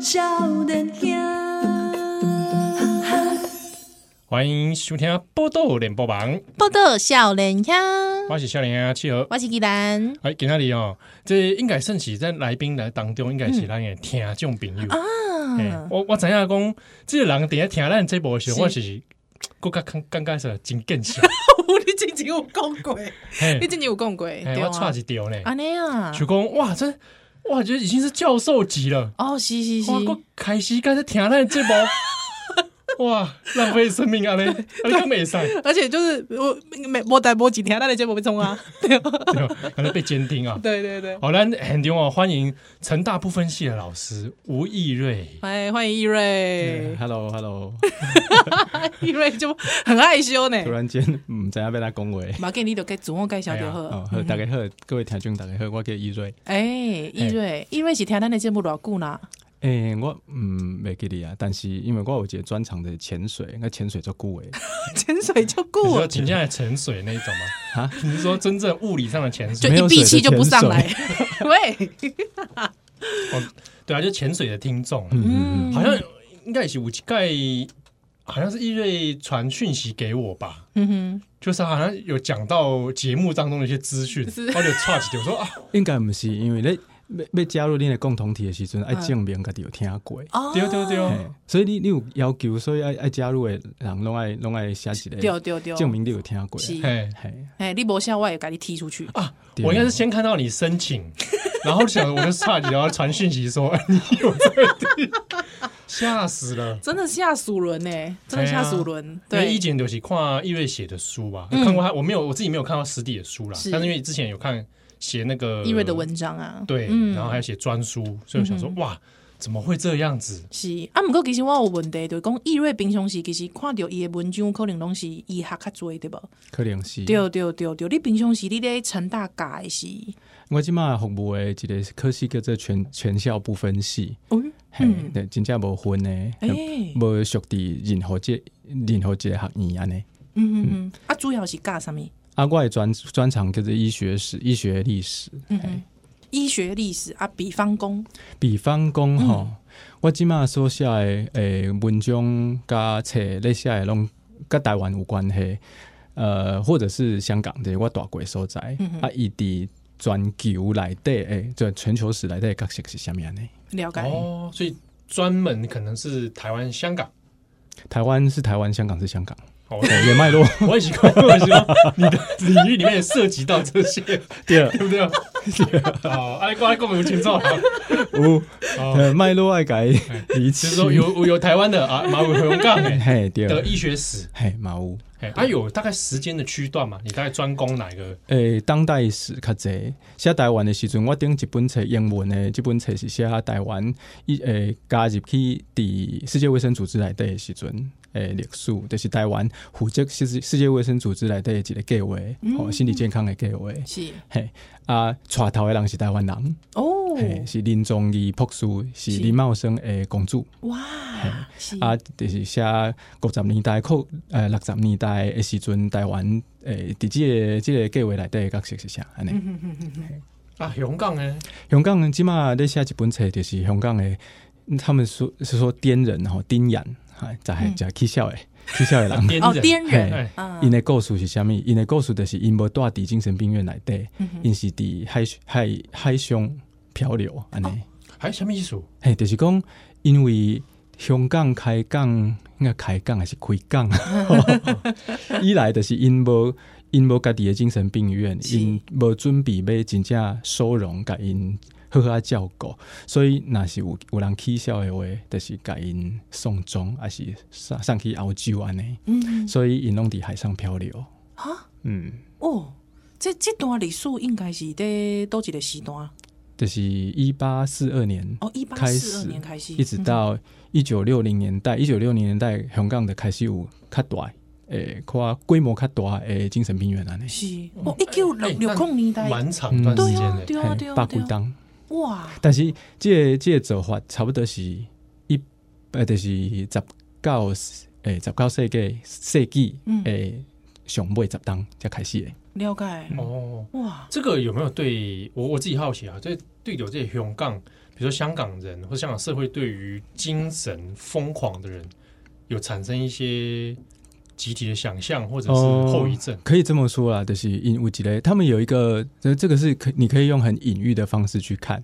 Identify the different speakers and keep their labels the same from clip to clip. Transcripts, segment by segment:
Speaker 1: 少年兄，
Speaker 2: 欢迎收听《波豆联播榜》，
Speaker 1: 报道少年兄，
Speaker 2: 我是少年啊，七和。
Speaker 1: 我是纪兰
Speaker 2: 哎，今仔日哦，这应该算是在来宾来当中，应该是咱的听众朋友。嘿
Speaker 1: 啊，
Speaker 2: 我我知影讲，这个人伫咧听咱这部的时候，
Speaker 1: 是
Speaker 2: 我是更加感感觉是真见 笑。
Speaker 1: 你之前有讲过，
Speaker 2: 嘿
Speaker 1: 你之前有讲过，
Speaker 2: 嘿
Speaker 1: 对
Speaker 2: 我差
Speaker 1: 啊，
Speaker 2: 一条呢，
Speaker 1: 安尼啊，
Speaker 2: 就讲哇，这哇，这已经是教授级了，
Speaker 1: 哦，是是是
Speaker 2: 哇，，我开始开始听咱的 节目，哇，浪费生命啊嘞，啊你敢袂 使？
Speaker 1: 而且就是我没没带没几天，那你节目被冲啊，
Speaker 2: 对吧可能被监听啊。
Speaker 1: 对对对，
Speaker 2: 好，咱很重要，欢迎成大部分系的老师吴义瑞。
Speaker 1: 哎，欢迎易瑞，
Speaker 3: Hello Hello，
Speaker 1: 易瑞就很害羞呢
Speaker 3: 突，然间嗯唔知影要来讲话。
Speaker 1: 马给你就给自我介绍就好
Speaker 3: 哦，，好，大家好，各位听众大家好，我叫伊瑞。
Speaker 1: 哎，易瑞，易瑞是听咱的节目偌久啦，
Speaker 3: 诶、我嗯袂记得啊，但是因为我有一个专长的潜水，那潜水足久诶。
Speaker 1: 潜水就
Speaker 2: 你
Speaker 1: 过
Speaker 2: 说请假来潜水那一种吗？
Speaker 3: 啊，
Speaker 2: 你是说真正物理上的潜
Speaker 1: 就
Speaker 2: 水？
Speaker 3: 没
Speaker 1: 一
Speaker 3: 有
Speaker 1: 闭气
Speaker 3: 水的
Speaker 1: 就不
Speaker 3: 潜
Speaker 1: 上
Speaker 3: 水
Speaker 1: 来， 喂，
Speaker 2: 哦，对啊，就潜水的听众，
Speaker 3: 嗯，嗯
Speaker 2: 好像应该也是吴盖，好像是易瑞传讯息给我吧，
Speaker 1: 嗯哼。
Speaker 2: 就是好像有讲到节目当中的一些资讯，
Speaker 1: 是
Speaker 2: 我就岔几点，我说啊，
Speaker 3: 嗯应该毋是，因为咧要要加入恁的共同体的时阵，爱证明家己有听过。
Speaker 1: 嗯哦，
Speaker 2: 对对对
Speaker 3: 嘿所以你你有要求，所以爱爱加入的人拢爱拢爱写一
Speaker 1: 对
Speaker 3: 个
Speaker 1: 对对，
Speaker 3: 证明你有听过。
Speaker 1: 是
Speaker 2: 嘿
Speaker 3: 嘿，
Speaker 1: 哎，你无笑我也把你踢出去。
Speaker 2: 啊，
Speaker 3: 对啊
Speaker 2: 我应该是先看到你申请， 然后想我就岔几点，然后传讯息说 你有这个地，吓死了。
Speaker 1: 真的吓死人呢，真的吓死人。
Speaker 2: 因为
Speaker 1: 对
Speaker 2: 一，姐就是看易瑞写的书吧，
Speaker 1: 嗯
Speaker 2: 看过他，我没有我自己没有看到实体的书啦，
Speaker 1: 是
Speaker 2: 但是因为之前有看写那个
Speaker 1: 易瑞的文嗯章啊，
Speaker 2: 对，然后还有写专书，所以我想说，哇，怎么会这样子？
Speaker 1: 是啊，毋过其实我有问题，就是讲易瑞平常时其实看到伊的文章，可能拢是医学较多对无？
Speaker 3: 可能是。
Speaker 1: 对对对对，你平常时你咧成大教的是，
Speaker 3: 我即马服务的一个科系叫做全全校不分系，
Speaker 1: 嗯
Speaker 3: 嘿
Speaker 1: 嗯，
Speaker 3: 对，真正无分诶，
Speaker 1: 哎，
Speaker 3: 无属于任何一任何一个学院安尼。
Speaker 1: 嗯嗯嗯，啊，主要是教啥物？
Speaker 3: 啊，我的专专长叫做医学史、医学历史。
Speaker 1: 嗯哼，医学历史啊，比方讲，
Speaker 3: 比方讲吼，我即马所写的诶文章甲册咧写的拢甲台湾有关系，呃，或者是香港这是我大过所在、啊，伊伫全球内底诶，就全球史内底的角色是啥物安尼？
Speaker 1: 了解，
Speaker 2: 哦，所以专门可能是台湾、香港。
Speaker 3: 台湾是台湾，香港是香港，
Speaker 2: 哦，
Speaker 3: 哦也脉络。
Speaker 2: 我我也习惯，我也习惯，你的领域里面也涉及到这些，
Speaker 3: 对，
Speaker 2: 对不对？好，哎，过来跟我们群众好，
Speaker 3: 有
Speaker 2: 好
Speaker 3: 呃脉络爱改离
Speaker 2: 就
Speaker 3: 奇
Speaker 2: 哎是，说有有台湾的啊，马尾回龙 杠哎
Speaker 3: 嘿
Speaker 2: 的
Speaker 3: 对，
Speaker 2: 医学史，
Speaker 3: 嘿嘛有。
Speaker 2: 哎，它有大概时间的区段嘛？你大概专攻哪一个？
Speaker 3: 诶、当代史较侪，写台湾的时阵，我顶一本册英文的，这本册是写台湾伊诶、加入去伫世界卫生组织内底的时阵，诶、历史就是台湾负责世世界卫生组织内底的一个计划，吼、心理健康的计划。
Speaker 1: 是
Speaker 3: 嘿，啊，带头的人是台湾人，
Speaker 1: 哦，
Speaker 3: 嘿、是林宗义博士，是
Speaker 1: 是嗯
Speaker 3: 林茂生的公主。
Speaker 1: 哇，是哦
Speaker 3: 啊，就是写五十年代、靠呃六十年代的时阵，台湾诶，伫即个即个计划内底的角色是啥？安尼，
Speaker 2: 啊，回龙杠哎，
Speaker 3: 香港即马咧写一本册，就是香港的，嗯他们说是说滇人吼，滇人，哎，就系就起笑的，起笑的人。
Speaker 2: 颠
Speaker 1: 哦，
Speaker 2: 人
Speaker 1: 颠人
Speaker 2: 哎
Speaker 1: 啊，
Speaker 3: 因的故事是啥物？因的故事就是因无住伫精神病院内底，因是伫海海海上漂流安尼。
Speaker 2: 还哎有什么意思？
Speaker 3: 嘿，就是讲，因为香港开港，应该开港还是开港？ 以来就是因无因无家己的精神病院，
Speaker 1: 是
Speaker 3: 因无准备要真正收容，甲因好好啊照顾，所以若是有有人起痟的话，就是甲因送终，还是送送去澳洲安尼。
Speaker 1: 嗯
Speaker 3: 所以因拢伫海上漂流。
Speaker 1: 啊，
Speaker 3: 嗯，
Speaker 1: 哦，这这段历史应该是在多一个时段
Speaker 3: 就是一八四二年
Speaker 1: 哦，一八
Speaker 3: 开
Speaker 1: 四二
Speaker 3: 始
Speaker 1: 年开始，
Speaker 3: 一直到一九六零年代，一九六零年代香港的开始有较大的，诶、看规模较大诶精神病院啊安尼
Speaker 1: 嗯，是哦，一九六
Speaker 2: 哎
Speaker 1: 六零年代，
Speaker 2: 蛮长一段时
Speaker 1: 对
Speaker 2: 间
Speaker 1: 啊
Speaker 2: 的，
Speaker 1: 对啊对
Speaker 3: 嘿
Speaker 1: 啊
Speaker 3: 百几
Speaker 1: 对啊，
Speaker 3: 档。
Speaker 1: 哇，
Speaker 3: 但是这个、这个做法差不多是一，呃，就是十到诶十九世纪世纪
Speaker 1: 嗯
Speaker 3: 诶上尾十档才开始诶。
Speaker 1: 了解，
Speaker 2: 哦，
Speaker 1: 哇，
Speaker 2: 这个有没有对我我自己好奇啊？这对有这些香港，比如说香港人或香港社会对于精神疯狂的人有产生一些集体的想象或者是后遗症。
Speaker 3: 可以这么说啦，就是因为几类，他们有一个，呃，这个是可你可以用很隐喻的方式去看，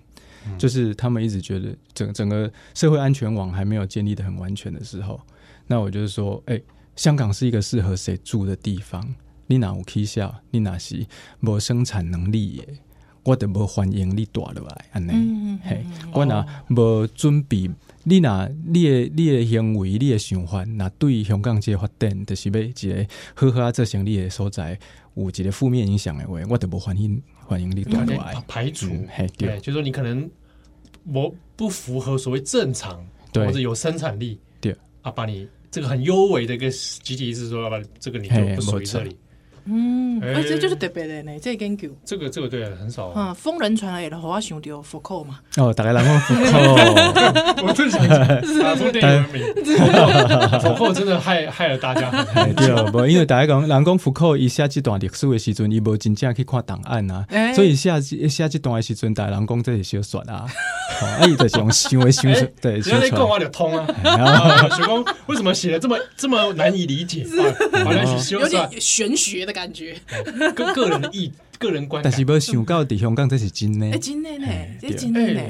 Speaker 3: 就是他们一直觉得整整个社会安全网还没有建立的很完全的时候，那我就是说，哎、香港是一个适合谁住的地方？你哪有起笑？你哪是无生产能力耶？我都无欢迎你住落来安尼。
Speaker 1: 嗯嗯
Speaker 3: 嘿
Speaker 1: 嗯，
Speaker 3: 我若无准备，你若你的你的行为、你的想法，若对香港这个发展，就是要一个好好啊，做成你的所在，有一个负面影响的话，我都无欢迎欢迎你住
Speaker 2: 大
Speaker 3: 落
Speaker 2: 家
Speaker 3: 来。
Speaker 2: 排除，
Speaker 3: 嗯嘿，
Speaker 2: 对，
Speaker 3: 对
Speaker 2: 就是说你可能我不符合所谓正常
Speaker 3: 对
Speaker 2: 或者有生产力，
Speaker 3: 对
Speaker 2: 啊，把你这个很优为的一个集体意识说，要把这个你就
Speaker 3: 嘿
Speaker 2: 不属于
Speaker 3: 没错
Speaker 2: 这里。
Speaker 1: 嗯，
Speaker 2: 哎
Speaker 1: 哎、这就是特别的呢，这个研究。
Speaker 2: 这个这个对啊，很少。
Speaker 1: 啊，疯人传来了，让我想到福寇嘛，
Speaker 3: 哦，大概人讲 不错，
Speaker 2: 我最想打出电影名，否否真的害害了大家。
Speaker 3: 嘿对，无因为大家讲，人讲福寇伊写这段历史的时阵，伊无真正去看档案啊，
Speaker 1: 哎
Speaker 3: 所以写这写这段的时阵，大家人讲这是小说 啊，哦啊伊就是用想的想出，
Speaker 1: 哎
Speaker 3: 对，
Speaker 2: 只要在
Speaker 3: 想出
Speaker 2: 讲
Speaker 3: 来。哦
Speaker 2: 话就通啊！
Speaker 3: 然后
Speaker 2: 啊，雪公为什么写的这么这么难以理解？啊，把那些修
Speaker 1: 有
Speaker 3: 啊
Speaker 2: 缮
Speaker 1: 点玄学的感觉。
Speaker 3: 哎
Speaker 2: 个个人的意个人观
Speaker 3: 但
Speaker 2: 感
Speaker 3: 是要想到伫香港这是真
Speaker 1: 哎、
Speaker 3: 的。
Speaker 1: 真的呢
Speaker 3: 哎，
Speaker 1: 这
Speaker 3: 对
Speaker 1: 真的呢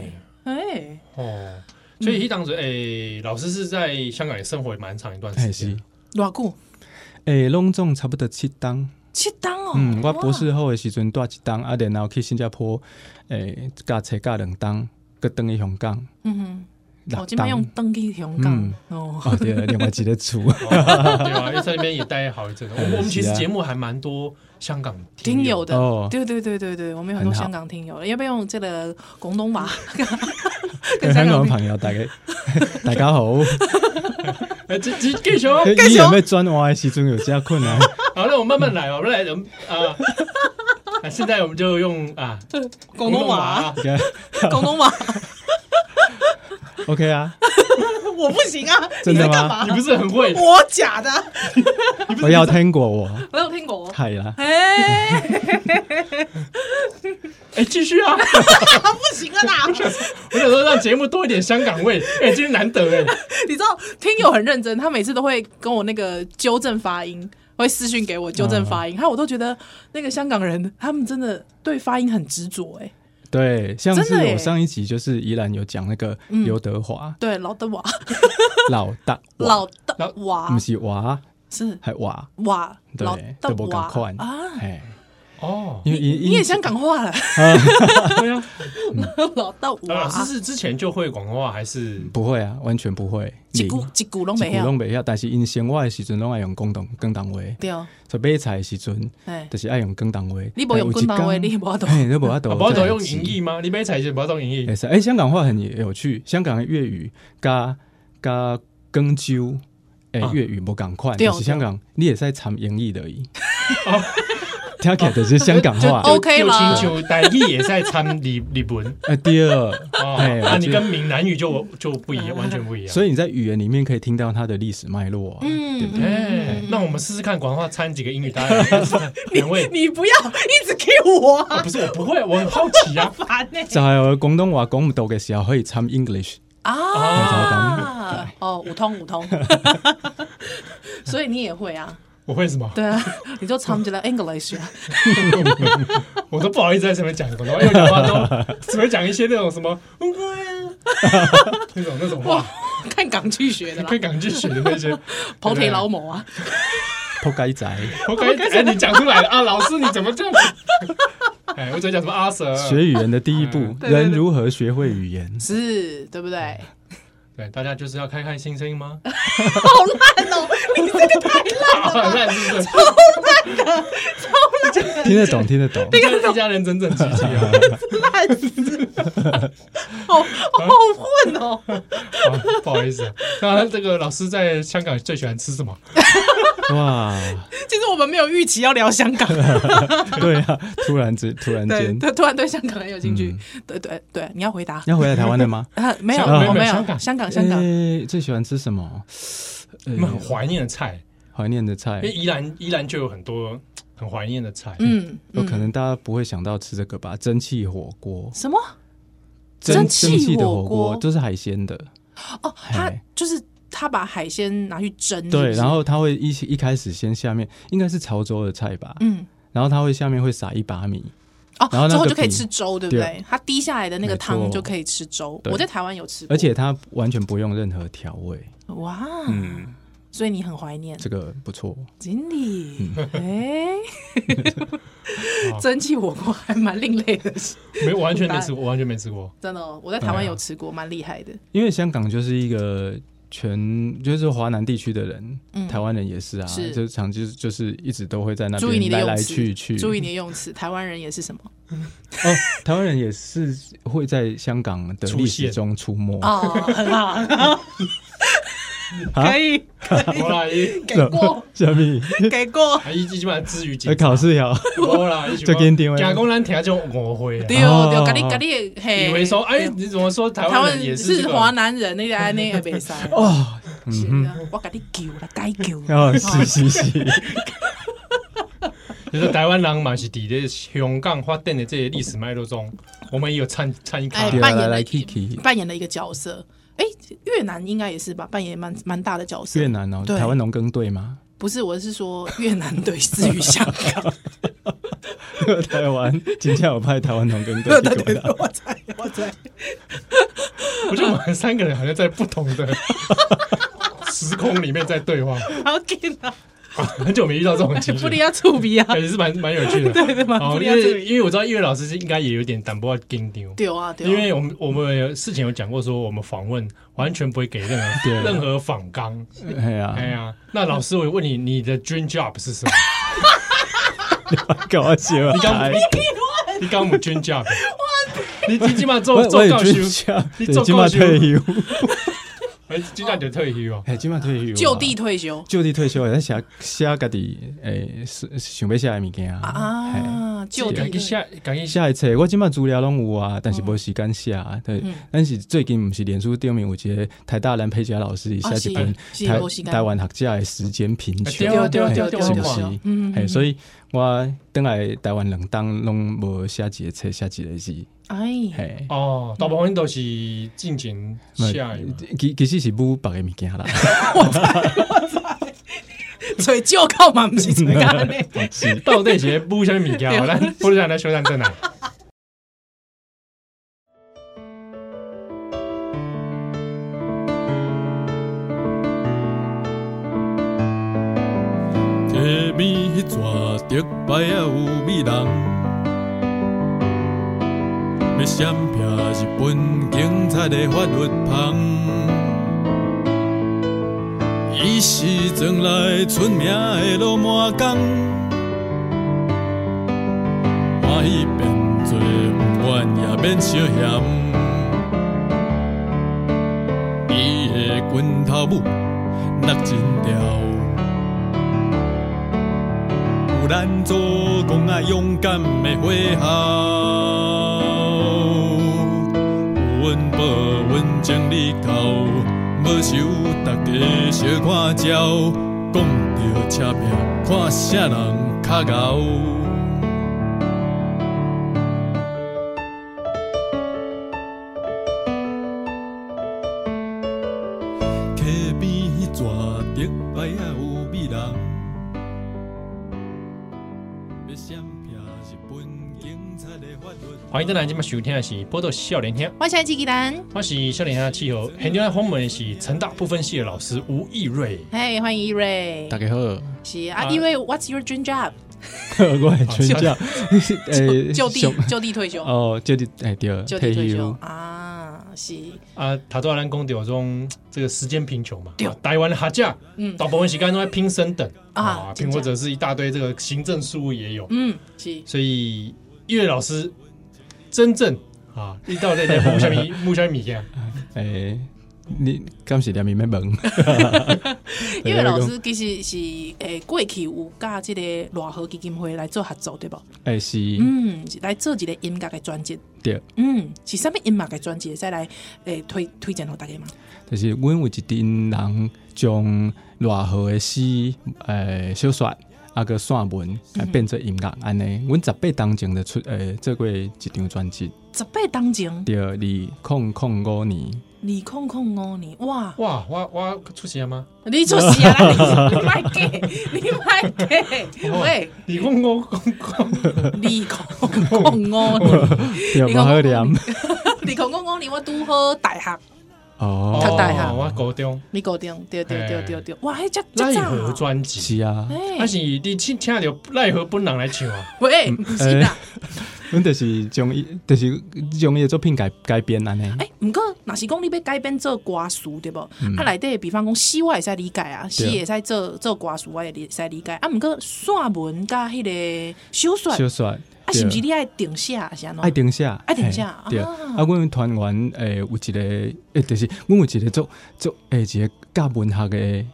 Speaker 2: 哎，
Speaker 1: 哎、
Speaker 2: 哦。所以当时诶，老师是在香港也生活也蛮长一段时
Speaker 3: 哎
Speaker 2: 间
Speaker 3: 是
Speaker 2: 的。，
Speaker 1: 偌久？
Speaker 3: 诶，拢总差不多七档。
Speaker 1: 七档哦。
Speaker 3: 嗯，我
Speaker 1: 哇
Speaker 3: 博士后的时阵带一档，啊，然后去新加坡，诶，教册教两档，佮等去香港
Speaker 1: 嗯哼，
Speaker 3: 六
Speaker 1: 我今摆用
Speaker 3: 档。
Speaker 1: 登去香港
Speaker 3: 嗯
Speaker 1: 哦，
Speaker 3: 哦，对了，另外一 个厝。
Speaker 2: 哦对啊，因为在那边也待好一阵子。我们我们其
Speaker 3: 哎 是
Speaker 2: 实
Speaker 3: 啊
Speaker 2: 节目还蛮多香港
Speaker 1: 听友的
Speaker 3: 哦，
Speaker 1: 对对对对对，我们有很多
Speaker 3: 很好
Speaker 1: 香港听友，要不要用这个广东话？
Speaker 3: 跟 香港朋友 大家大家好，
Speaker 1: 哦
Speaker 2: 哎，这这继续哦。
Speaker 3: 诶你有没有转弯的时阵有这困 难？
Speaker 2: 好，那我们慢慢来，我们来，我们啊。啊 现在我们就用啊
Speaker 1: 广东话，
Speaker 2: 啊，
Speaker 1: 广东话，
Speaker 3: OK 啊，
Speaker 1: 我不行啊！
Speaker 3: 真的
Speaker 1: 你在干
Speaker 3: 吗
Speaker 2: 你不
Speaker 1: 嘛？
Speaker 2: 是很会
Speaker 1: 我假的，
Speaker 3: 我有听过我，
Speaker 1: 我有听 过。
Speaker 3: 系啦，
Speaker 1: 哎，
Speaker 2: 哎，继续啊！
Speaker 1: 不行啊啦！
Speaker 2: 我想说让节目多一点香港味，哎，今天难得哎，
Speaker 1: 你知道听友很认真，他每次都会跟我那个纠正发音，会私讯给我纠正发音，还有我都觉得那个香港人他们真的对发音很执着哎。
Speaker 3: 对，像
Speaker 1: 真
Speaker 3: 是
Speaker 1: 的耶嗯
Speaker 3: 我上一集就是宜兰有讲那个刘德华
Speaker 1: 对，老的瓦，
Speaker 3: 老大
Speaker 1: 老
Speaker 2: 老
Speaker 1: 的瓦
Speaker 3: 不是娃，
Speaker 1: 是
Speaker 3: 还娃，
Speaker 1: 瓦，
Speaker 3: 嗯对
Speaker 1: 老，
Speaker 3: 都
Speaker 1: 的
Speaker 3: 无
Speaker 1: 瓦
Speaker 3: 共款
Speaker 1: 啊！
Speaker 3: 哎，
Speaker 2: 哦，
Speaker 3: 因为
Speaker 1: 你
Speaker 3: 因
Speaker 1: 也香港话了，
Speaker 2: 对啊，
Speaker 1: 老的
Speaker 2: 老
Speaker 1: 瓦，
Speaker 2: 师啊是之前就会广东话还是？
Speaker 3: 不会啊，完全不会，
Speaker 1: 一
Speaker 3: 零
Speaker 1: 股一股拢
Speaker 3: 一
Speaker 1: 没
Speaker 3: 句
Speaker 1: 有，
Speaker 3: 拢袂晓，但是因生活的时阵拢爱用广东广东话，
Speaker 1: 对哦，
Speaker 3: 所以买菜的时阵
Speaker 1: 哎，
Speaker 3: 就是爱用广东话。
Speaker 1: 你无用广东话，你无懂。
Speaker 3: 哎，你无法度，
Speaker 2: 啊，不要总用音译吗？你没彩就不要用音
Speaker 3: 也
Speaker 2: 译。
Speaker 3: 是，哎，香港话很有趣，香港的粤语加加广州诶
Speaker 2: 啊
Speaker 3: 粤语无共款，
Speaker 1: 对
Speaker 3: 就是
Speaker 1: 对
Speaker 3: 香港你也在掺英语而已。
Speaker 2: 哦
Speaker 3: 听起来就是香港话
Speaker 1: 就，OK 啦
Speaker 2: 就清楚，台语也在掺日日 文
Speaker 3: 啊对，
Speaker 2: 哦
Speaker 3: 哎，
Speaker 2: 啊，
Speaker 3: 我
Speaker 2: 你
Speaker 3: 觉
Speaker 2: 跟
Speaker 3: 得
Speaker 2: 闽南语就就不一样，完全不一样。
Speaker 3: 所以你在语言里面可以听到它的历史脉络啊，
Speaker 1: 嗯
Speaker 3: 对不对？
Speaker 2: 哎，那我们试试看广东话掺几个英语，大家两 位
Speaker 1: 你不要一直 Q 我啊，
Speaker 2: 啊，不是我不会，我很好奇 啊。
Speaker 1: 烦 呢、
Speaker 3: 就係我廣東話講唔到嘅時候，可以參 English。
Speaker 1: 啊！哦，五通五通，所以你也会啊？
Speaker 2: 我会什么？
Speaker 1: 对啊，你就掺 起来 English 啊，
Speaker 2: 我都不好意思在这边讲广东话，因为我讲话 都只会讲一些那种什么嗯那种那种
Speaker 1: 哇
Speaker 2: 话，，
Speaker 1: 看港剧学的啦
Speaker 2: 跟，港剧学的那 些。
Speaker 1: 跑腿老母啊，
Speaker 3: 仆 街仔，
Speaker 2: 我感觉哎，你讲出来了啊，老师你怎么这样 子？哎，我只会讲什么阿 Sir，
Speaker 3: 學語言的第一步，
Speaker 1: 嗯對對對
Speaker 3: 人如何學會 語言？
Speaker 1: 是对不对？
Speaker 3: 嗯
Speaker 2: 对，大家就是要开开心心吗？
Speaker 1: 好烂哦，你这个太
Speaker 2: 啊，那是不是？
Speaker 3: 聽得懂，聽得 懂。
Speaker 2: 一家一家人整整齐齐啊！
Speaker 1: 烂死了，好好混哦。
Speaker 2: 好不好意思啊，那这个老师在香港最喜欢吃什么？
Speaker 3: 哇，
Speaker 1: 其实我们没有预期要聊香港，
Speaker 3: 對啊，突然之突然
Speaker 1: 对，
Speaker 3: 間
Speaker 1: 他突然对香港很有兴趣，对对对，你要回答。
Speaker 3: 嗯要回來台灣了 嗎？
Speaker 1: 啊，没有，
Speaker 2: 香港
Speaker 1: 我没有
Speaker 2: 香港
Speaker 1: 香港，香港，
Speaker 3: 欸最喜歡吃什麼？呃
Speaker 2: 你们很怀念的菜，
Speaker 3: 懷念的菜
Speaker 2: 因为，宜兰宜兰就有很多很怀念的菜。
Speaker 1: 嗯，
Speaker 3: 哦有可能大家不會想到吃這個吧？蒸汽火鍋，
Speaker 1: 什么？
Speaker 3: 蒸
Speaker 1: 蒸汽
Speaker 3: 蒸汽的
Speaker 1: 火
Speaker 3: 火锅
Speaker 1: 锅
Speaker 3: 都是海鲜的，
Speaker 1: 哦，他
Speaker 3: 嘿
Speaker 1: 就是他把海鲜拿去蒸是不嗯是，
Speaker 3: 对，然后它会一起一开始先下面应该是潮州的菜吧，
Speaker 1: 嗯，
Speaker 3: 然后它会下面会撒一把米，
Speaker 1: 哦，
Speaker 3: 然后那个
Speaker 1: 之后就可以
Speaker 3: 饼
Speaker 1: 吃粥，对不
Speaker 3: 对
Speaker 1: 对？它滴下来的那个
Speaker 3: 没错
Speaker 1: 汤就可以吃粥。
Speaker 3: 对
Speaker 1: 我在台湾有吃过，
Speaker 3: 而且它完全不用任何调味，
Speaker 1: 哇，
Speaker 3: 嗯，
Speaker 1: 所以你很怀念
Speaker 3: 这个不错。
Speaker 1: 经理，哎，蒸汽火锅还蛮另类的，
Speaker 2: 没完全没吃过，我完全没吃过。
Speaker 1: 真的哦。我在台湾
Speaker 2: 对啊
Speaker 1: 有吃过，蛮厉害的。
Speaker 3: 因为香港就是一个全就是华南地区的人，
Speaker 1: 嗯
Speaker 3: 台湾人也是啊，
Speaker 1: 是
Speaker 3: 就是长期就是一直都会在那
Speaker 1: 注意你
Speaker 3: 边
Speaker 1: 的
Speaker 3: 来
Speaker 1: 用
Speaker 3: 来
Speaker 1: 词，
Speaker 3: 去去。
Speaker 1: 注意你的用词。台湾人也是什么？
Speaker 3: 哦，台湾人也是会在香港的历史中出没。
Speaker 1: 哦，很好，很好，
Speaker 3: 啊
Speaker 1: 可以
Speaker 2: 我啦，伊
Speaker 1: 给过，
Speaker 3: 小米，
Speaker 1: 给过。
Speaker 2: 啊伊基本上之于警
Speaker 3: 来
Speaker 2: 察，
Speaker 3: 考试呀？
Speaker 2: 我啦，
Speaker 3: 就给你定位
Speaker 2: 假公咱听就误会啊，
Speaker 1: 对
Speaker 3: 哦
Speaker 1: 对，
Speaker 3: 哦
Speaker 1: 咖喱
Speaker 3: 哦
Speaker 1: 咖喱，嘿，
Speaker 2: 以为说哎
Speaker 1: 对
Speaker 2: 你怎么说台
Speaker 1: 台
Speaker 2: 湾
Speaker 1: 湾
Speaker 2: 人也是
Speaker 1: 是
Speaker 2: 这个
Speaker 1: 华南人，那个安那个袂使。
Speaker 3: 哦，
Speaker 1: 啊是
Speaker 3: 嗯哼，
Speaker 1: 啊，我给你救了，该救。
Speaker 3: 哦，是是 是，
Speaker 2: 就是台湾人嘛是伫咧香港发展的这些历史脉络中，我们也有参参与
Speaker 1: 哎
Speaker 2: 卡
Speaker 3: 对，
Speaker 1: 扮演
Speaker 3: 来
Speaker 1: 了
Speaker 3: 来
Speaker 1: 一
Speaker 3: Kiki，
Speaker 1: 扮演了一个角色。哎、越南应该也是吧，扮演蛮蛮大的角色。
Speaker 3: 越南哦，
Speaker 1: 对
Speaker 3: 台湾农耕队 吗？
Speaker 1: 不是，我是说越南对至于香港。
Speaker 3: 台湾， 今天有派台湾农耕队
Speaker 1: 对
Speaker 3: 去
Speaker 1: 对对
Speaker 3: 过来，，
Speaker 1: 我猜我猜。
Speaker 2: 我觉得我们三个人好像在不同 的时空里面在对话，
Speaker 1: 好紧啊！
Speaker 2: 很久没遇到这种情
Speaker 1: 不离
Speaker 2: 绪，
Speaker 1: 啊，触鼻啊，
Speaker 2: 也是蛮蛮有趣的。
Speaker 1: 对对蛮
Speaker 2: 哦
Speaker 1: 不离
Speaker 2: 因
Speaker 1: 啊，触
Speaker 2: 为
Speaker 1: 鼻。
Speaker 2: 因为我知道音乐老师是应该也有点淡薄紧张，
Speaker 1: 对啊对啊，
Speaker 2: 因为我们我们有事情有讲过说，我们访问完全不会给任何
Speaker 3: 对
Speaker 2: 任何访纲。
Speaker 1: 啊
Speaker 3: 哎
Speaker 2: 哎
Speaker 3: 呀，
Speaker 2: 呀，那老师，我问你，你的 dream job 是什么？
Speaker 3: 搞我笑啊！
Speaker 2: 你刚你你刚我 dream job，你你起码做
Speaker 3: 我
Speaker 2: 做
Speaker 3: 我
Speaker 2: 教授，你
Speaker 3: 你
Speaker 2: 做
Speaker 3: 今晚
Speaker 2: 教授
Speaker 3: 退休，
Speaker 2: 哎，今晚就退休啊。
Speaker 3: 哎，今晚退休啊，
Speaker 1: 就地退休
Speaker 3: 就地退休，也在写写家己诶，是想要写诶物件
Speaker 1: 啊
Speaker 3: 嘿
Speaker 1: 啊，就
Speaker 2: 赶紧
Speaker 1: 地
Speaker 2: 下，赶紧下，
Speaker 3: 写诶册，我即摆资料拢有啊，但是无时间写。啊对
Speaker 1: 嗯，
Speaker 3: 咱是最近毋是脸书顶面有一个台大蓝佩佳老师伊
Speaker 1: 啊
Speaker 3: 写一本
Speaker 1: 是是
Speaker 3: 台
Speaker 1: 无时间
Speaker 3: 台湾学者诶时间贫
Speaker 2: 哎
Speaker 3: 穷，
Speaker 2: 啊对啊
Speaker 1: 对啊
Speaker 2: 对
Speaker 1: 对
Speaker 2: 啊
Speaker 1: 啊
Speaker 3: 是
Speaker 1: 对
Speaker 3: 毋
Speaker 1: 啊
Speaker 3: 是
Speaker 1: 对啊嗯？
Speaker 3: 嘿，
Speaker 1: 嗯
Speaker 3: 所以我等来台湾两当拢无写一个册，写一个字，
Speaker 1: 哎，
Speaker 3: 嘿。
Speaker 2: 哦，大部分都是进前下
Speaker 1: 啊
Speaker 2: 雨嘛，
Speaker 3: 其其实是不别个物件啦，
Speaker 1: 所以就靠嘛，不是怎么 干嘞？
Speaker 3: 是
Speaker 2: 到底是不什么物件？咱不如咱来修正正啊。
Speaker 4: 溪边迄逝竹排啊有美人，啊要闪避日本警察的法律旁。伊是庄内出名的老满工，欢喜变做，不愿也免小嫌。伊的拳头舞落真条。有咱做讲啊勇敢的花孝，有阮报阮情理到，无愁大家小看鸟，讲着车票看啥人较敖。溪边迄逝竹排啊有美人。要闪避日本警察的法律。
Speaker 2: 欢迎登来今麦收听的是《波多笑连天》，
Speaker 1: 欢迎鸡鸡蛋，
Speaker 2: 我是笑连天的气候，很久来访问的是成大部分系的老师吴义瑞。
Speaker 1: 嘿，欢迎伊瑞，
Speaker 3: 大家好。
Speaker 1: 是啊，
Speaker 2: 啊
Speaker 1: 因为 What's your dream job？
Speaker 3: 我很全教， 诶，
Speaker 1: 就地
Speaker 3: 上
Speaker 1: 就地退休，
Speaker 3: 哎哦，就地诶对，
Speaker 1: 就地呃退休
Speaker 3: 休，
Speaker 1: 啊，是。
Speaker 2: 啊，塔多兰公调中这个时间贫穷嘛，
Speaker 1: 对
Speaker 2: 啊台湾的哈价，
Speaker 1: 嗯
Speaker 2: 大部分时间都在拼升等
Speaker 1: 啊
Speaker 2: 啊，
Speaker 1: 真
Speaker 2: 拼
Speaker 1: 的
Speaker 2: 或者是一大堆这个行政事务也有，
Speaker 1: 嗯，是
Speaker 2: 所以义瑞老师真正啊，遇到这些木下米木下米呀，
Speaker 3: 诶，哎你敢是念面要 问？
Speaker 1: 因为老师其实是诶、过去有甲即个漯河基金会来做合作对无？
Speaker 3: 诶哎是
Speaker 1: 嗯，是来做一个音乐的专辑。
Speaker 3: 对，
Speaker 1: 嗯，是啥物音乐的专辑再来诶、推推荐互大家嘛？
Speaker 3: 就是阮有一阵人将偌好诶诗诶小说。啊个呃散文，啊变做音乐安尼，阮十八当前就出诶，做过一张专辑，
Speaker 1: 十八当前，二
Speaker 3: 对，二控控五年，
Speaker 1: 零零五年，哇！
Speaker 2: 哇，我我出席了吗？
Speaker 1: 你出事啊！你你卖给，你卖给，喂，
Speaker 2: 你公公公公，
Speaker 1: 你讲讲我 呢，
Speaker 3: 对，
Speaker 1: 你
Speaker 3: 无好念。
Speaker 1: 你讲讲我呢，我拄好大学，
Speaker 3: 哦，
Speaker 1: 读大学
Speaker 2: 我高中
Speaker 1: 你固定，对对对对对，哇，迄只
Speaker 2: 奈
Speaker 1: 只
Speaker 2: 何
Speaker 1: 早，啊
Speaker 2: 专辑，
Speaker 3: 是啊，
Speaker 1: 哎
Speaker 2: 但是你听听着奈何本人来唱啊，
Speaker 1: 喂，不是啦，
Speaker 3: 阮就是将伊，就是将伊的作品改改编安尼。
Speaker 1: 哎，毋过若是讲你要改编做歌词对无？啊，内底比方讲诗我会使理解啊，诗会使做做歌词我也会使理解，啊，毋过散文甲迄个小说，
Speaker 3: 小说，哎啊
Speaker 1: 啊，是毋是你爱定写还是安怎
Speaker 3: 爱？定写，爱
Speaker 1: 定写
Speaker 3: 对。
Speaker 1: 啊
Speaker 3: 啊，阮团员诶有一个，诶，就是阮有一个做做诶一个教文学诶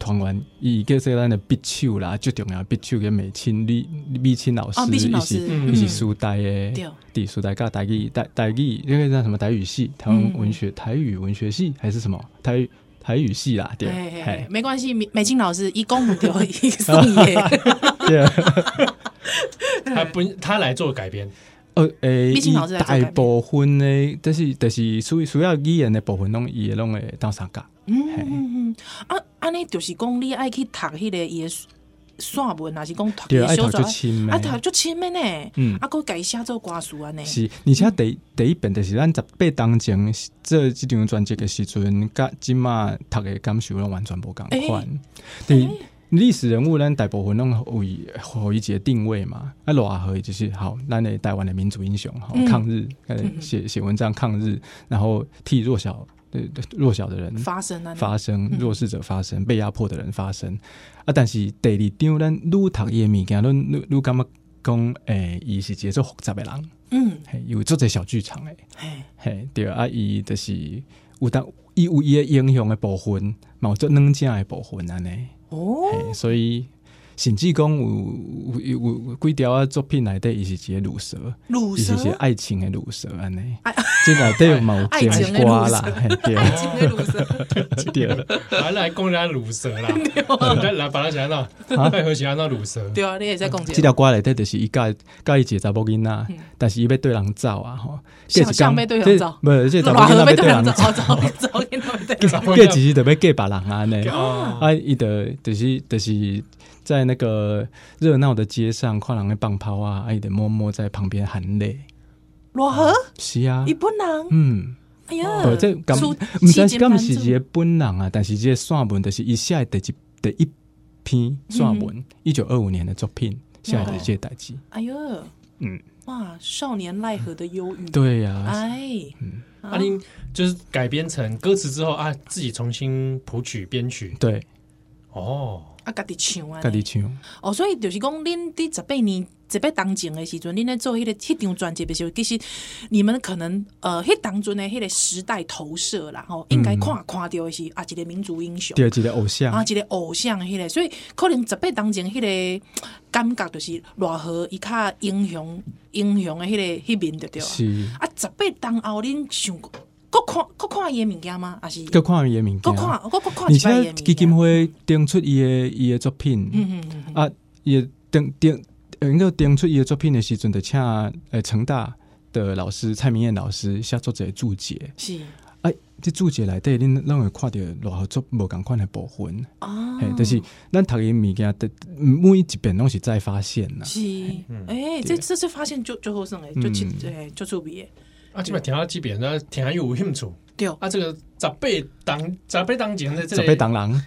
Speaker 3: 团员，伊叫做咱的笔手啦，最重要的笔手个美青李美青老师
Speaker 1: 啊，，毕竟老
Speaker 3: 伊是
Speaker 1: 师，
Speaker 2: 嗯
Speaker 3: 伊是
Speaker 1: 嗯
Speaker 3: 苏台诶
Speaker 1: 对，
Speaker 3: 伫苏台教台语台台语那个叫什么台语系，台湾文学台语文学系还是什么台语台语系啦，对，
Speaker 1: 嗯嘿嘿嘿
Speaker 3: 嘿，
Speaker 1: 没关系，美美青老师一公不丢，一送也。
Speaker 3: 对。
Speaker 2: 他本他来做改编，
Speaker 3: 呃，诶、
Speaker 1: 毕竟
Speaker 3: 伊
Speaker 1: 老师来做改
Speaker 3: 大
Speaker 1: 变
Speaker 3: 部分的，但是但是需需要语言的部分，拢伊会拢会当参加。
Speaker 1: 嗯嗯嗯，啊，安尼就是讲你爱去读迄个伊的散文，还是讲读伊
Speaker 3: 对，
Speaker 1: 的
Speaker 3: 爱
Speaker 1: 小
Speaker 3: 读
Speaker 1: 说
Speaker 3: 就？深
Speaker 1: 啊，读
Speaker 3: 的。
Speaker 1: 足深的呢，
Speaker 3: 嗯
Speaker 1: 啊，佮改写做歌词安尼。
Speaker 3: 是，而且第第一遍就是咱十八当前做即张专辑的时阵，甲即马读的感受拢完全无共款。对，历史人物咱大部分拢为互伊一个定位嘛，啊，罗阿伊就是好，咱的台湾的民族英雄，吼，
Speaker 1: 嗯
Speaker 3: 抗日，呃写写文章抗日，然后替弱小呃弱小的人
Speaker 1: 发生安尼。
Speaker 3: 发生，弱势者发生，被压迫的人发生。啊，但是第二张咱愈读伊的物件，咱愈愈感觉讲，诶、伊是一个做复杂的人，
Speaker 1: 嗯，
Speaker 3: 嘿，有做者小剧场诶，
Speaker 1: 嘿，
Speaker 3: 嘿，对啊，伊就是有当伊有伊的影响的部分，嘛有做软件的部分安尼，
Speaker 1: 哦，
Speaker 3: 嘿，所以。甚至讲有有有有有几条啊作品内底，伊是一个乳蛇，
Speaker 1: 乳
Speaker 3: 伊是啊
Speaker 1: 蛇，
Speaker 3: 一个爱情的乳蛇安尼，即内底嘛有
Speaker 1: 爱情的
Speaker 3: 一歌
Speaker 1: 乳
Speaker 3: 啦，
Speaker 1: 蛇
Speaker 3: 嘿 对
Speaker 1: 爱情的乳 蛇，
Speaker 3: 对。
Speaker 2: 还来攻人家乳蛇 啦， 来来把他想到
Speaker 1: 啊
Speaker 2: 奈何想到乳蛇，
Speaker 1: 对啊，你也在讲
Speaker 3: 即
Speaker 1: 这个。
Speaker 3: 条歌内底就是伊教教伊一个查某囡仔，但是伊要对人走啊吼，
Speaker 1: 想
Speaker 3: 过一
Speaker 1: 象
Speaker 3: 天
Speaker 1: 要对人
Speaker 3: 这
Speaker 1: 走
Speaker 3: 无即个查
Speaker 1: 老
Speaker 3: 某
Speaker 1: 何
Speaker 3: 囡
Speaker 1: 被对
Speaker 3: 仔要对啊
Speaker 1: 人
Speaker 3: 人
Speaker 1: 走
Speaker 3: 走，
Speaker 1: 走走，
Speaker 3: 啊
Speaker 1: 跟他们对人
Speaker 3: 过一日就要嫁别人啊呢，
Speaker 2: 哦，
Speaker 3: 啊伊的就是就是在那个热闹的街上看人咧放炮啊，啊伊的默默在旁边含泪，
Speaker 1: 老何，
Speaker 3: 是啊
Speaker 1: 伊，本人，
Speaker 3: 嗯，
Speaker 1: 哎呀
Speaker 3: 对，，这感
Speaker 1: 出
Speaker 3: 毋知
Speaker 1: 七
Speaker 3: 是
Speaker 1: 斤
Speaker 3: 敢
Speaker 1: 半
Speaker 3: 是
Speaker 1: 重
Speaker 3: 一个本人啊，但是即个散文就是伊写的第一第一篇
Speaker 1: 嗯
Speaker 3: 散文，一九二五年的作品写的即个代志，
Speaker 1: 哎呦，
Speaker 3: 嗯，
Speaker 1: 哇，少年奈何的忧郁，，
Speaker 3: 对呀、啊。
Speaker 1: 哎，
Speaker 2: 阿玲啊就是改编成歌词之后啊，自己重新谱曲编曲，
Speaker 3: 对，
Speaker 2: 哦，
Speaker 1: 啊，家己唱啊，
Speaker 3: 家己唱，
Speaker 1: 哦，所以就是讲，恁伫十八年、十八当前的时阵，恁咧做迄、个迄张专辑的时候，其实你们可能呃，迄当阵的迄个时代投射啦，吼，应该看、看到的是啊，一个民族英雄
Speaker 3: 第。二集的偶像
Speaker 1: 啊，一个偶像迄、个，所以可能十八当前迄、个感觉就是偌好，伊较英雄英雄的迄、个迄面就对啊。
Speaker 3: 是，
Speaker 1: 啊，十八当后恁想过，搁看搁看伊的物件吗？还是
Speaker 3: 各看伊的物
Speaker 1: 搁
Speaker 3: 件，
Speaker 1: 看搁搁看
Speaker 3: 而
Speaker 1: 一摆伊的
Speaker 3: 且基
Speaker 1: 物
Speaker 3: 金
Speaker 1: 件？
Speaker 3: 会定出伊的伊的作品，
Speaker 1: 嗯嗯嗯，
Speaker 3: 啊，也定定，应该定出伊的作品的时阵，就请呃成大的老师蔡明燕老师写作者的注解，
Speaker 1: 是
Speaker 3: 啊，这注解内底恁拢会看到偌好作无共款的部分，
Speaker 1: 啊
Speaker 3: 嘿，，但是咱读伊物件，每一遍拢是再发现呐，
Speaker 1: 是，
Speaker 2: 嗯
Speaker 1: 哎、这这次发现就就好算诶，就去哎就出鼻诶，
Speaker 2: 啊，基本听到这边，那听还有兴趣。
Speaker 1: 对，
Speaker 2: 啊，这个十八当十八当前的这
Speaker 3: 十
Speaker 2: 个
Speaker 3: 八当人，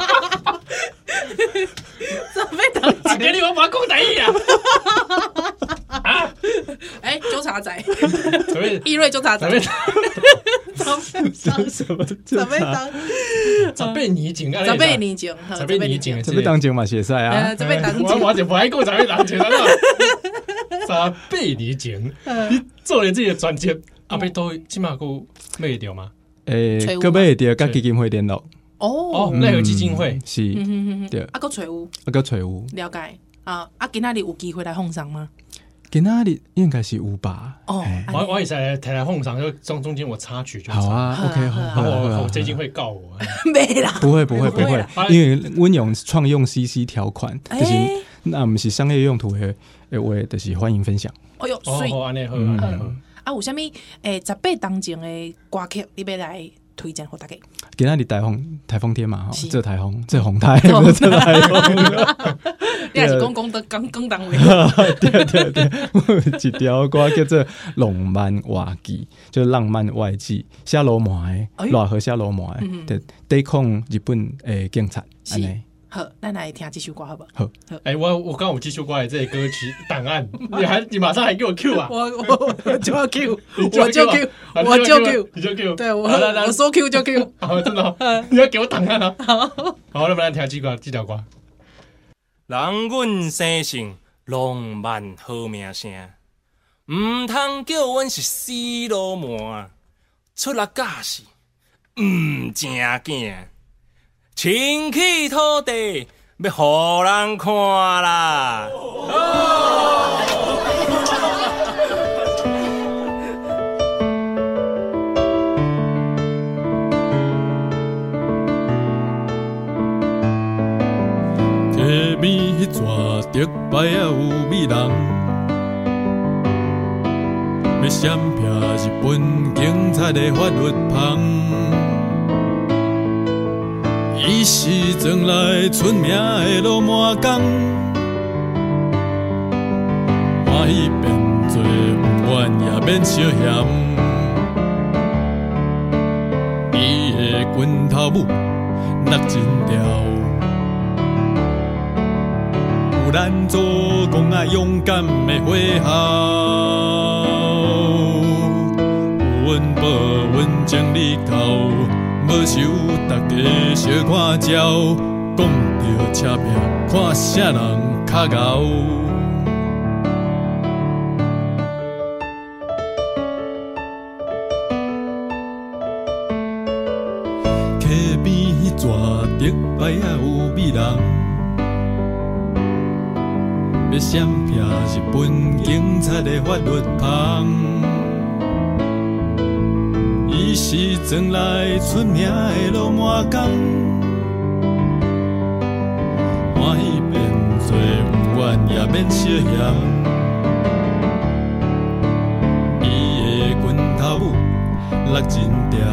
Speaker 1: 这 被挡，
Speaker 2: 啊，给你我把讲台 语啊，
Speaker 1: 哎、纠察仔，
Speaker 2: 十八
Speaker 1: 易瑞纠察仔，
Speaker 2: 十八
Speaker 1: 怎么挡？怎么挡？
Speaker 2: 十八年前，啊
Speaker 1: 怎么年景？
Speaker 2: 十八年前，
Speaker 3: 十八当前嘛是会使啊
Speaker 1: 呃，，怎么挡？
Speaker 2: 哎我我就不爱讲十八当前了。 十八年前，你做了这个专辑，啊，被都起码够卖掉吗？
Speaker 1: 找
Speaker 3: 诶，
Speaker 1: 有
Speaker 3: 各
Speaker 1: 吗
Speaker 3: 位着甲基金会联络，
Speaker 2: 哦
Speaker 1: 哦，，
Speaker 2: 奈何基金会
Speaker 3: 嗯，是，
Speaker 1: 嗯
Speaker 3: 对
Speaker 1: 啊，搁找有
Speaker 3: 啊个揣有。
Speaker 1: 了解啊啊，今仔日有机会来奉上吗？
Speaker 3: 今仔日应该是有吧？
Speaker 1: 哦
Speaker 3: 嘿，
Speaker 2: 哎我我也在台台奉上，就中中间我插曲就
Speaker 3: 好
Speaker 2: 插，
Speaker 3: 啊
Speaker 1: 好啊
Speaker 3: ，OK，
Speaker 1: 好
Speaker 2: 啊
Speaker 1: 啊
Speaker 3: 好好啊，好
Speaker 2: 我
Speaker 3: 啊
Speaker 2: 我基金会告我，哎
Speaker 1: 没啦，
Speaker 3: 不会不会不
Speaker 1: 不会
Speaker 3: 会
Speaker 1: 啦，
Speaker 3: 因为阮用创用 CC 条款，就是
Speaker 1: 哎
Speaker 3: 那毋是商业用途的，诶，话就是欢迎分享。
Speaker 1: 哎哟，
Speaker 2: 哦，
Speaker 1: 水
Speaker 2: 好安尼好，
Speaker 3: 嗯
Speaker 2: 安尼好，
Speaker 1: 啊，有啥物诶十八当前的歌曲，你要来推荐互大家？
Speaker 3: 今仔日台风台风天嘛，吼，
Speaker 1: 是
Speaker 3: 这台风这红台，
Speaker 1: 这
Speaker 3: 这
Speaker 1: 风
Speaker 3: 台风，
Speaker 1: 你也是讲讲的讲讲 单位，
Speaker 3: 对对对，有一条歌叫做《浪漫外记》，就是浪漫外记，写罗马的
Speaker 1: 哎，
Speaker 3: 罗河写罗马的，对，对抗日本诶警察，安
Speaker 1: 是
Speaker 3: 尼，
Speaker 1: 好，咱来听这首歌好不好？
Speaker 3: 好，
Speaker 2: 哎，我我刚刚有记住过来这些歌曲档案， 你还你马上还给我 Q 啊？
Speaker 1: 我我我就要 Q，
Speaker 2: 你
Speaker 1: 我就 Q，
Speaker 2: 啊
Speaker 1: 我
Speaker 2: 你
Speaker 1: 就
Speaker 2: Q，
Speaker 1: Q，
Speaker 2: 你就 Q，
Speaker 1: 对我
Speaker 2: 好来来
Speaker 1: 我，嗯说 Q 就 Q。
Speaker 2: 好真的 哦，你要给我档案啊！好，那我们来听这个这条歌。
Speaker 5: 人阮生性浪漫好名声，毋通叫阮是死路氓，出力架势毋正经，啊清气土地要互人看啦。
Speaker 4: 溪边迄撮竹排啊有美人，要闪避日本警察的法律旁。伊是庄内出名的罗马工，欢喜变做不愿也免小嫌。伊的拳头舞落真条。有咱做讲啊勇敢的花孝，有阮报阮情你到，无想大家小看鸟，讲着车票看啥人较贤。溪边迄撮竹排啊有美人。要闪避日本警察的法律旁。伊是庄内出名的老满工，欢喜变做不愿也免小嫌。伊的拳头舞落真条，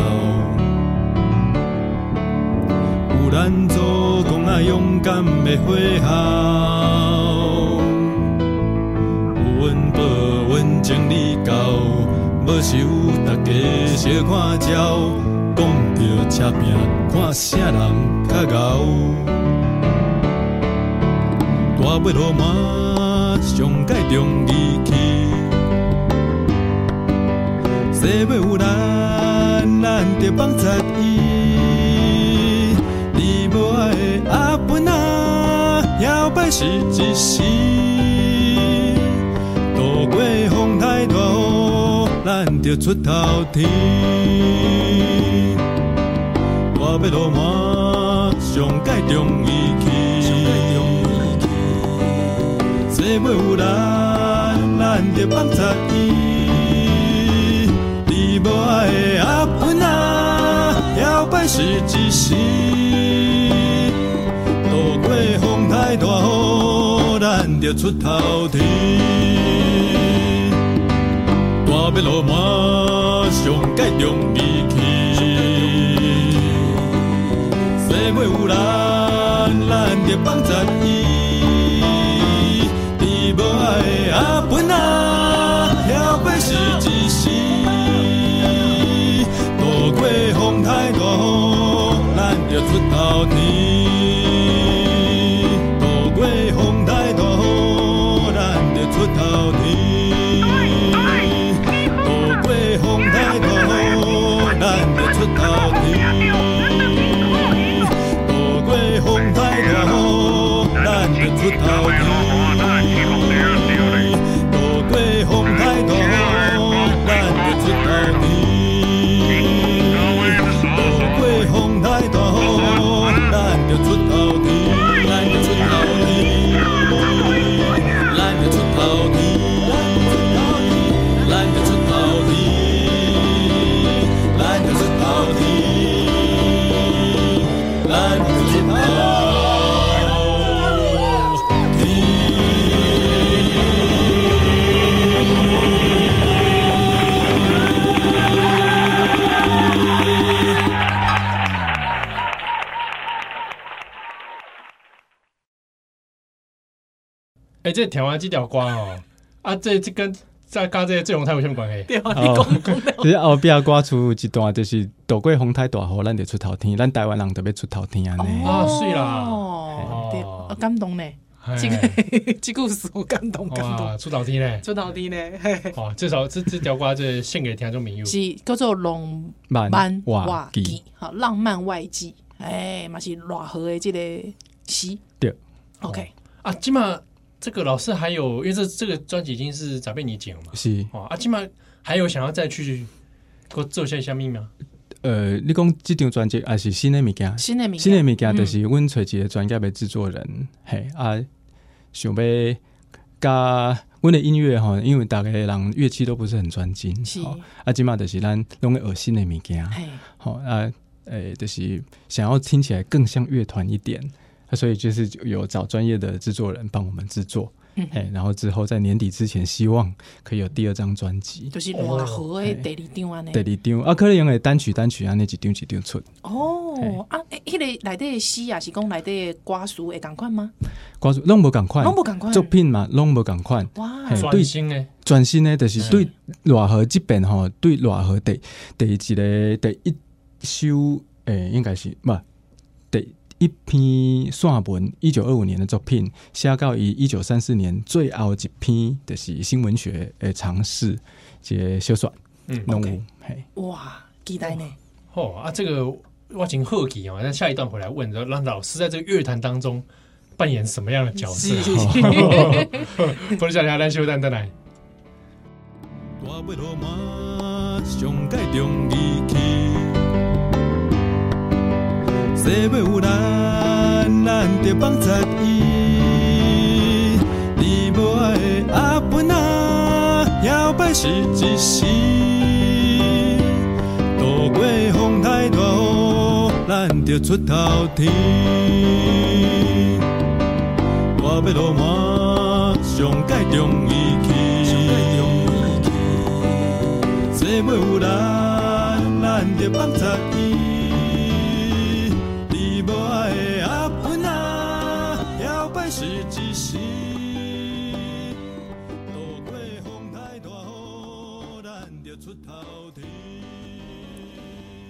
Speaker 4: 有咱做讲啊勇敢的花孝。有阮报，阮情你到，无想大家小看鸟，讲着车拼，看啥人较敖。大尾罗马上界中义气，西尾有咱，咱着放贼伊。你无爱的阿本啊，摇摆是一时。渡过风台大雨，咱着出头天。我要落马，上界中义气。西尾有咱，咱着放贼伊。你无爱的阿芬啊，摇摆是一时。渡过风台大雨，咱着出头天。大要落马，上界中义气。西尾有咱，咱着放十伊。你无爱的阿本啊，摇摆是一时。渡过风台大雨，咱着出头天。渡过风台大雨，咱着出头天。渡过风台大雨，咱着出头天。渡过风台大雨，咱着出头天。渡过风台大雨，咱着出头天。渡过风台大雨，咱着出头天。咱着出头天，咱着出头天，咱着出头天，咱着出头天，咱着出头天。
Speaker 2: 哎，这听完这条歌哦，啊，这这跟在跟这个醉龙台有什么关系？
Speaker 1: 对啊，你
Speaker 3: 哦
Speaker 1: 讲讲了，
Speaker 3: 就是后壁歌词有一段，就是躲过风台大雨，咱就出头天，咱台湾人特别出头天安尼。
Speaker 2: 啊是啦
Speaker 1: 哦对，
Speaker 2: 哦
Speaker 1: 啊感动呢，这
Speaker 2: 哎
Speaker 1: 个这故事我感动感动，
Speaker 2: 哇，出道天嘞！
Speaker 1: 做到底呢，嘿嘿
Speaker 2: 哇，至少这这条歌这献给听众朋友。
Speaker 1: 是叫做浪
Speaker 3: 慢
Speaker 1: 漫
Speaker 3: 哇
Speaker 1: 外
Speaker 3: 记
Speaker 1: 记，好浪漫外记，哎，嘛是偌好的这个诗
Speaker 3: 对，
Speaker 1: ，OK，
Speaker 2: 啊，起码这个老师还有，因为这这个专辑已经是咋被你剪了嘛，
Speaker 3: 是
Speaker 2: 哦，啊，起码还有想要再去给我做些虾米吗？
Speaker 3: 呃，你讲即张专辑也是新的物件，
Speaker 1: 新的名，
Speaker 3: 新的物件就是阮找一个专业的制作人，嘿啊，想要甲阮的音乐吼，因为逐个人乐器都不是很专精，
Speaker 1: 是
Speaker 3: 吼啊，即嘛就是咱拢会学新的物件，
Speaker 1: 嘿，
Speaker 3: 好、啊，诶、就是想要听起来更像乐团一点，啊所以就是有找专业的制作人帮我们制作，
Speaker 1: 嗯
Speaker 3: 哎、然后之后在年底之前，希望可以有第二张专辑。
Speaker 1: 就是偌好的第二张安尼
Speaker 3: 第，二张啊，可能会单曲单曲安尼一张一张出，
Speaker 1: 哦，啊，诶迄个内底的诗也是讲内底的歌词会共款吗？
Speaker 3: 歌词拢无共款，
Speaker 1: 拢无共款
Speaker 3: 作品嘛拢无共款。
Speaker 1: 哇
Speaker 3: 嘿，
Speaker 2: 专心呢？
Speaker 3: 全新的就是对偌河即边吼，对偌河第第一个第一首诶、应该是嘛，第一篇散文，一九二五年的作品，写到伊一九三四年最后一篇，就是新文学诶尝试，一个小说，
Speaker 2: 嗯
Speaker 3: 拢有
Speaker 1: OK
Speaker 3: 嘿，
Speaker 1: 哇，期待呢，
Speaker 2: 哦啊，这个我挺好奇哦，那下一段回来问，然后让老师在这个乐坛当中扮演什么样的角色？ 分享一下咱休蛋蛋来。
Speaker 4: 大尾落马，上界中义气。西尾有咱，咱就放十伊。你无爱的阿本啊，摇摆是一时。渡过风台大雨，咱就出头天。我要落马，上界中义气。这尾有咱，咱就放十伊。你无爱的阿芬啊，摇摆是一时。路过风台大雨，咱就出头天。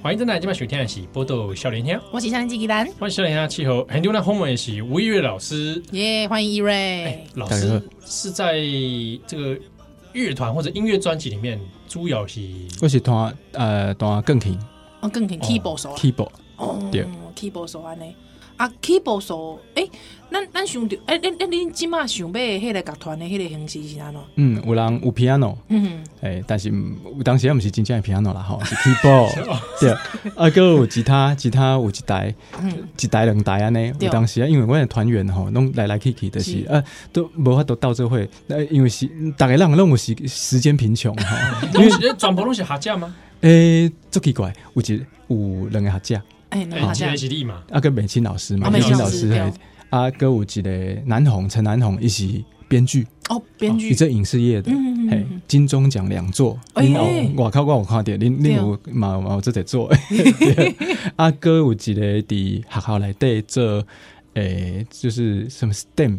Speaker 2: 欢迎再来，今晚收听的是《波豆笑莲天》，
Speaker 1: 我是向你吉兰，
Speaker 2: 欢迎笑莲天气候，很多人后面也是吴一月老师。
Speaker 1: 耶，欢迎伊
Speaker 2: 哎
Speaker 1: 瑞，，
Speaker 2: 老
Speaker 3: 大家
Speaker 2: 师
Speaker 3: 好
Speaker 2: 是在这个乐团或者音乐专辑里面，主要是
Speaker 3: 我是弹呃弹钢琴
Speaker 1: 我更肯 keyboard 手啊。
Speaker 3: keyboard，
Speaker 1: 哦
Speaker 3: 对
Speaker 1: ，keyboard 手安尼。啊，keyboard 手，诶，咱咱想着，诶，恁恁恁即马想要的迄个乐团的迄个形式是安怎？
Speaker 3: 嗯，有人有 piano，
Speaker 1: 嗯，
Speaker 3: 诶、但是嗯有当时也毋是真正的 piano 啦吼， 是 keyboard，对，啊，个有吉他，吉他有一台，一台两台安尼，
Speaker 1: 对
Speaker 3: 有当时啊，因为阮的团员吼，拢来来去去，就是
Speaker 1: 是
Speaker 3: 啊，都无法度斗做伙，呃，因为是逐个人拢有时时间贫穷吼， 因为
Speaker 2: 东西哎转播东西下架吗？
Speaker 3: 诶，足、奇怪，有一有两个学者，
Speaker 1: 诶，那
Speaker 2: 哎，
Speaker 1: 好
Speaker 2: 吉
Speaker 1: 像
Speaker 2: 来吉利嘛，
Speaker 3: 啊，个美清老师嘛，
Speaker 1: 啊
Speaker 3: 美清
Speaker 1: 美清
Speaker 3: 老
Speaker 1: 老
Speaker 3: 师
Speaker 1: 师
Speaker 3: 诶，啊，个有一个南红，陈南红伊是编剧，
Speaker 1: 哦，编
Speaker 3: 伊
Speaker 1: 剧，
Speaker 3: 这影视业的，
Speaker 1: 嗯嗯嗯
Speaker 3: 嘿，金钟奖两座，
Speaker 1: 哎
Speaker 3: 恁有外口我有看着恁恁
Speaker 1: 对啊
Speaker 3: 有嘛嘛有这个座，对啊，哥有一个伫学校内底做，诶，就是什么 STEM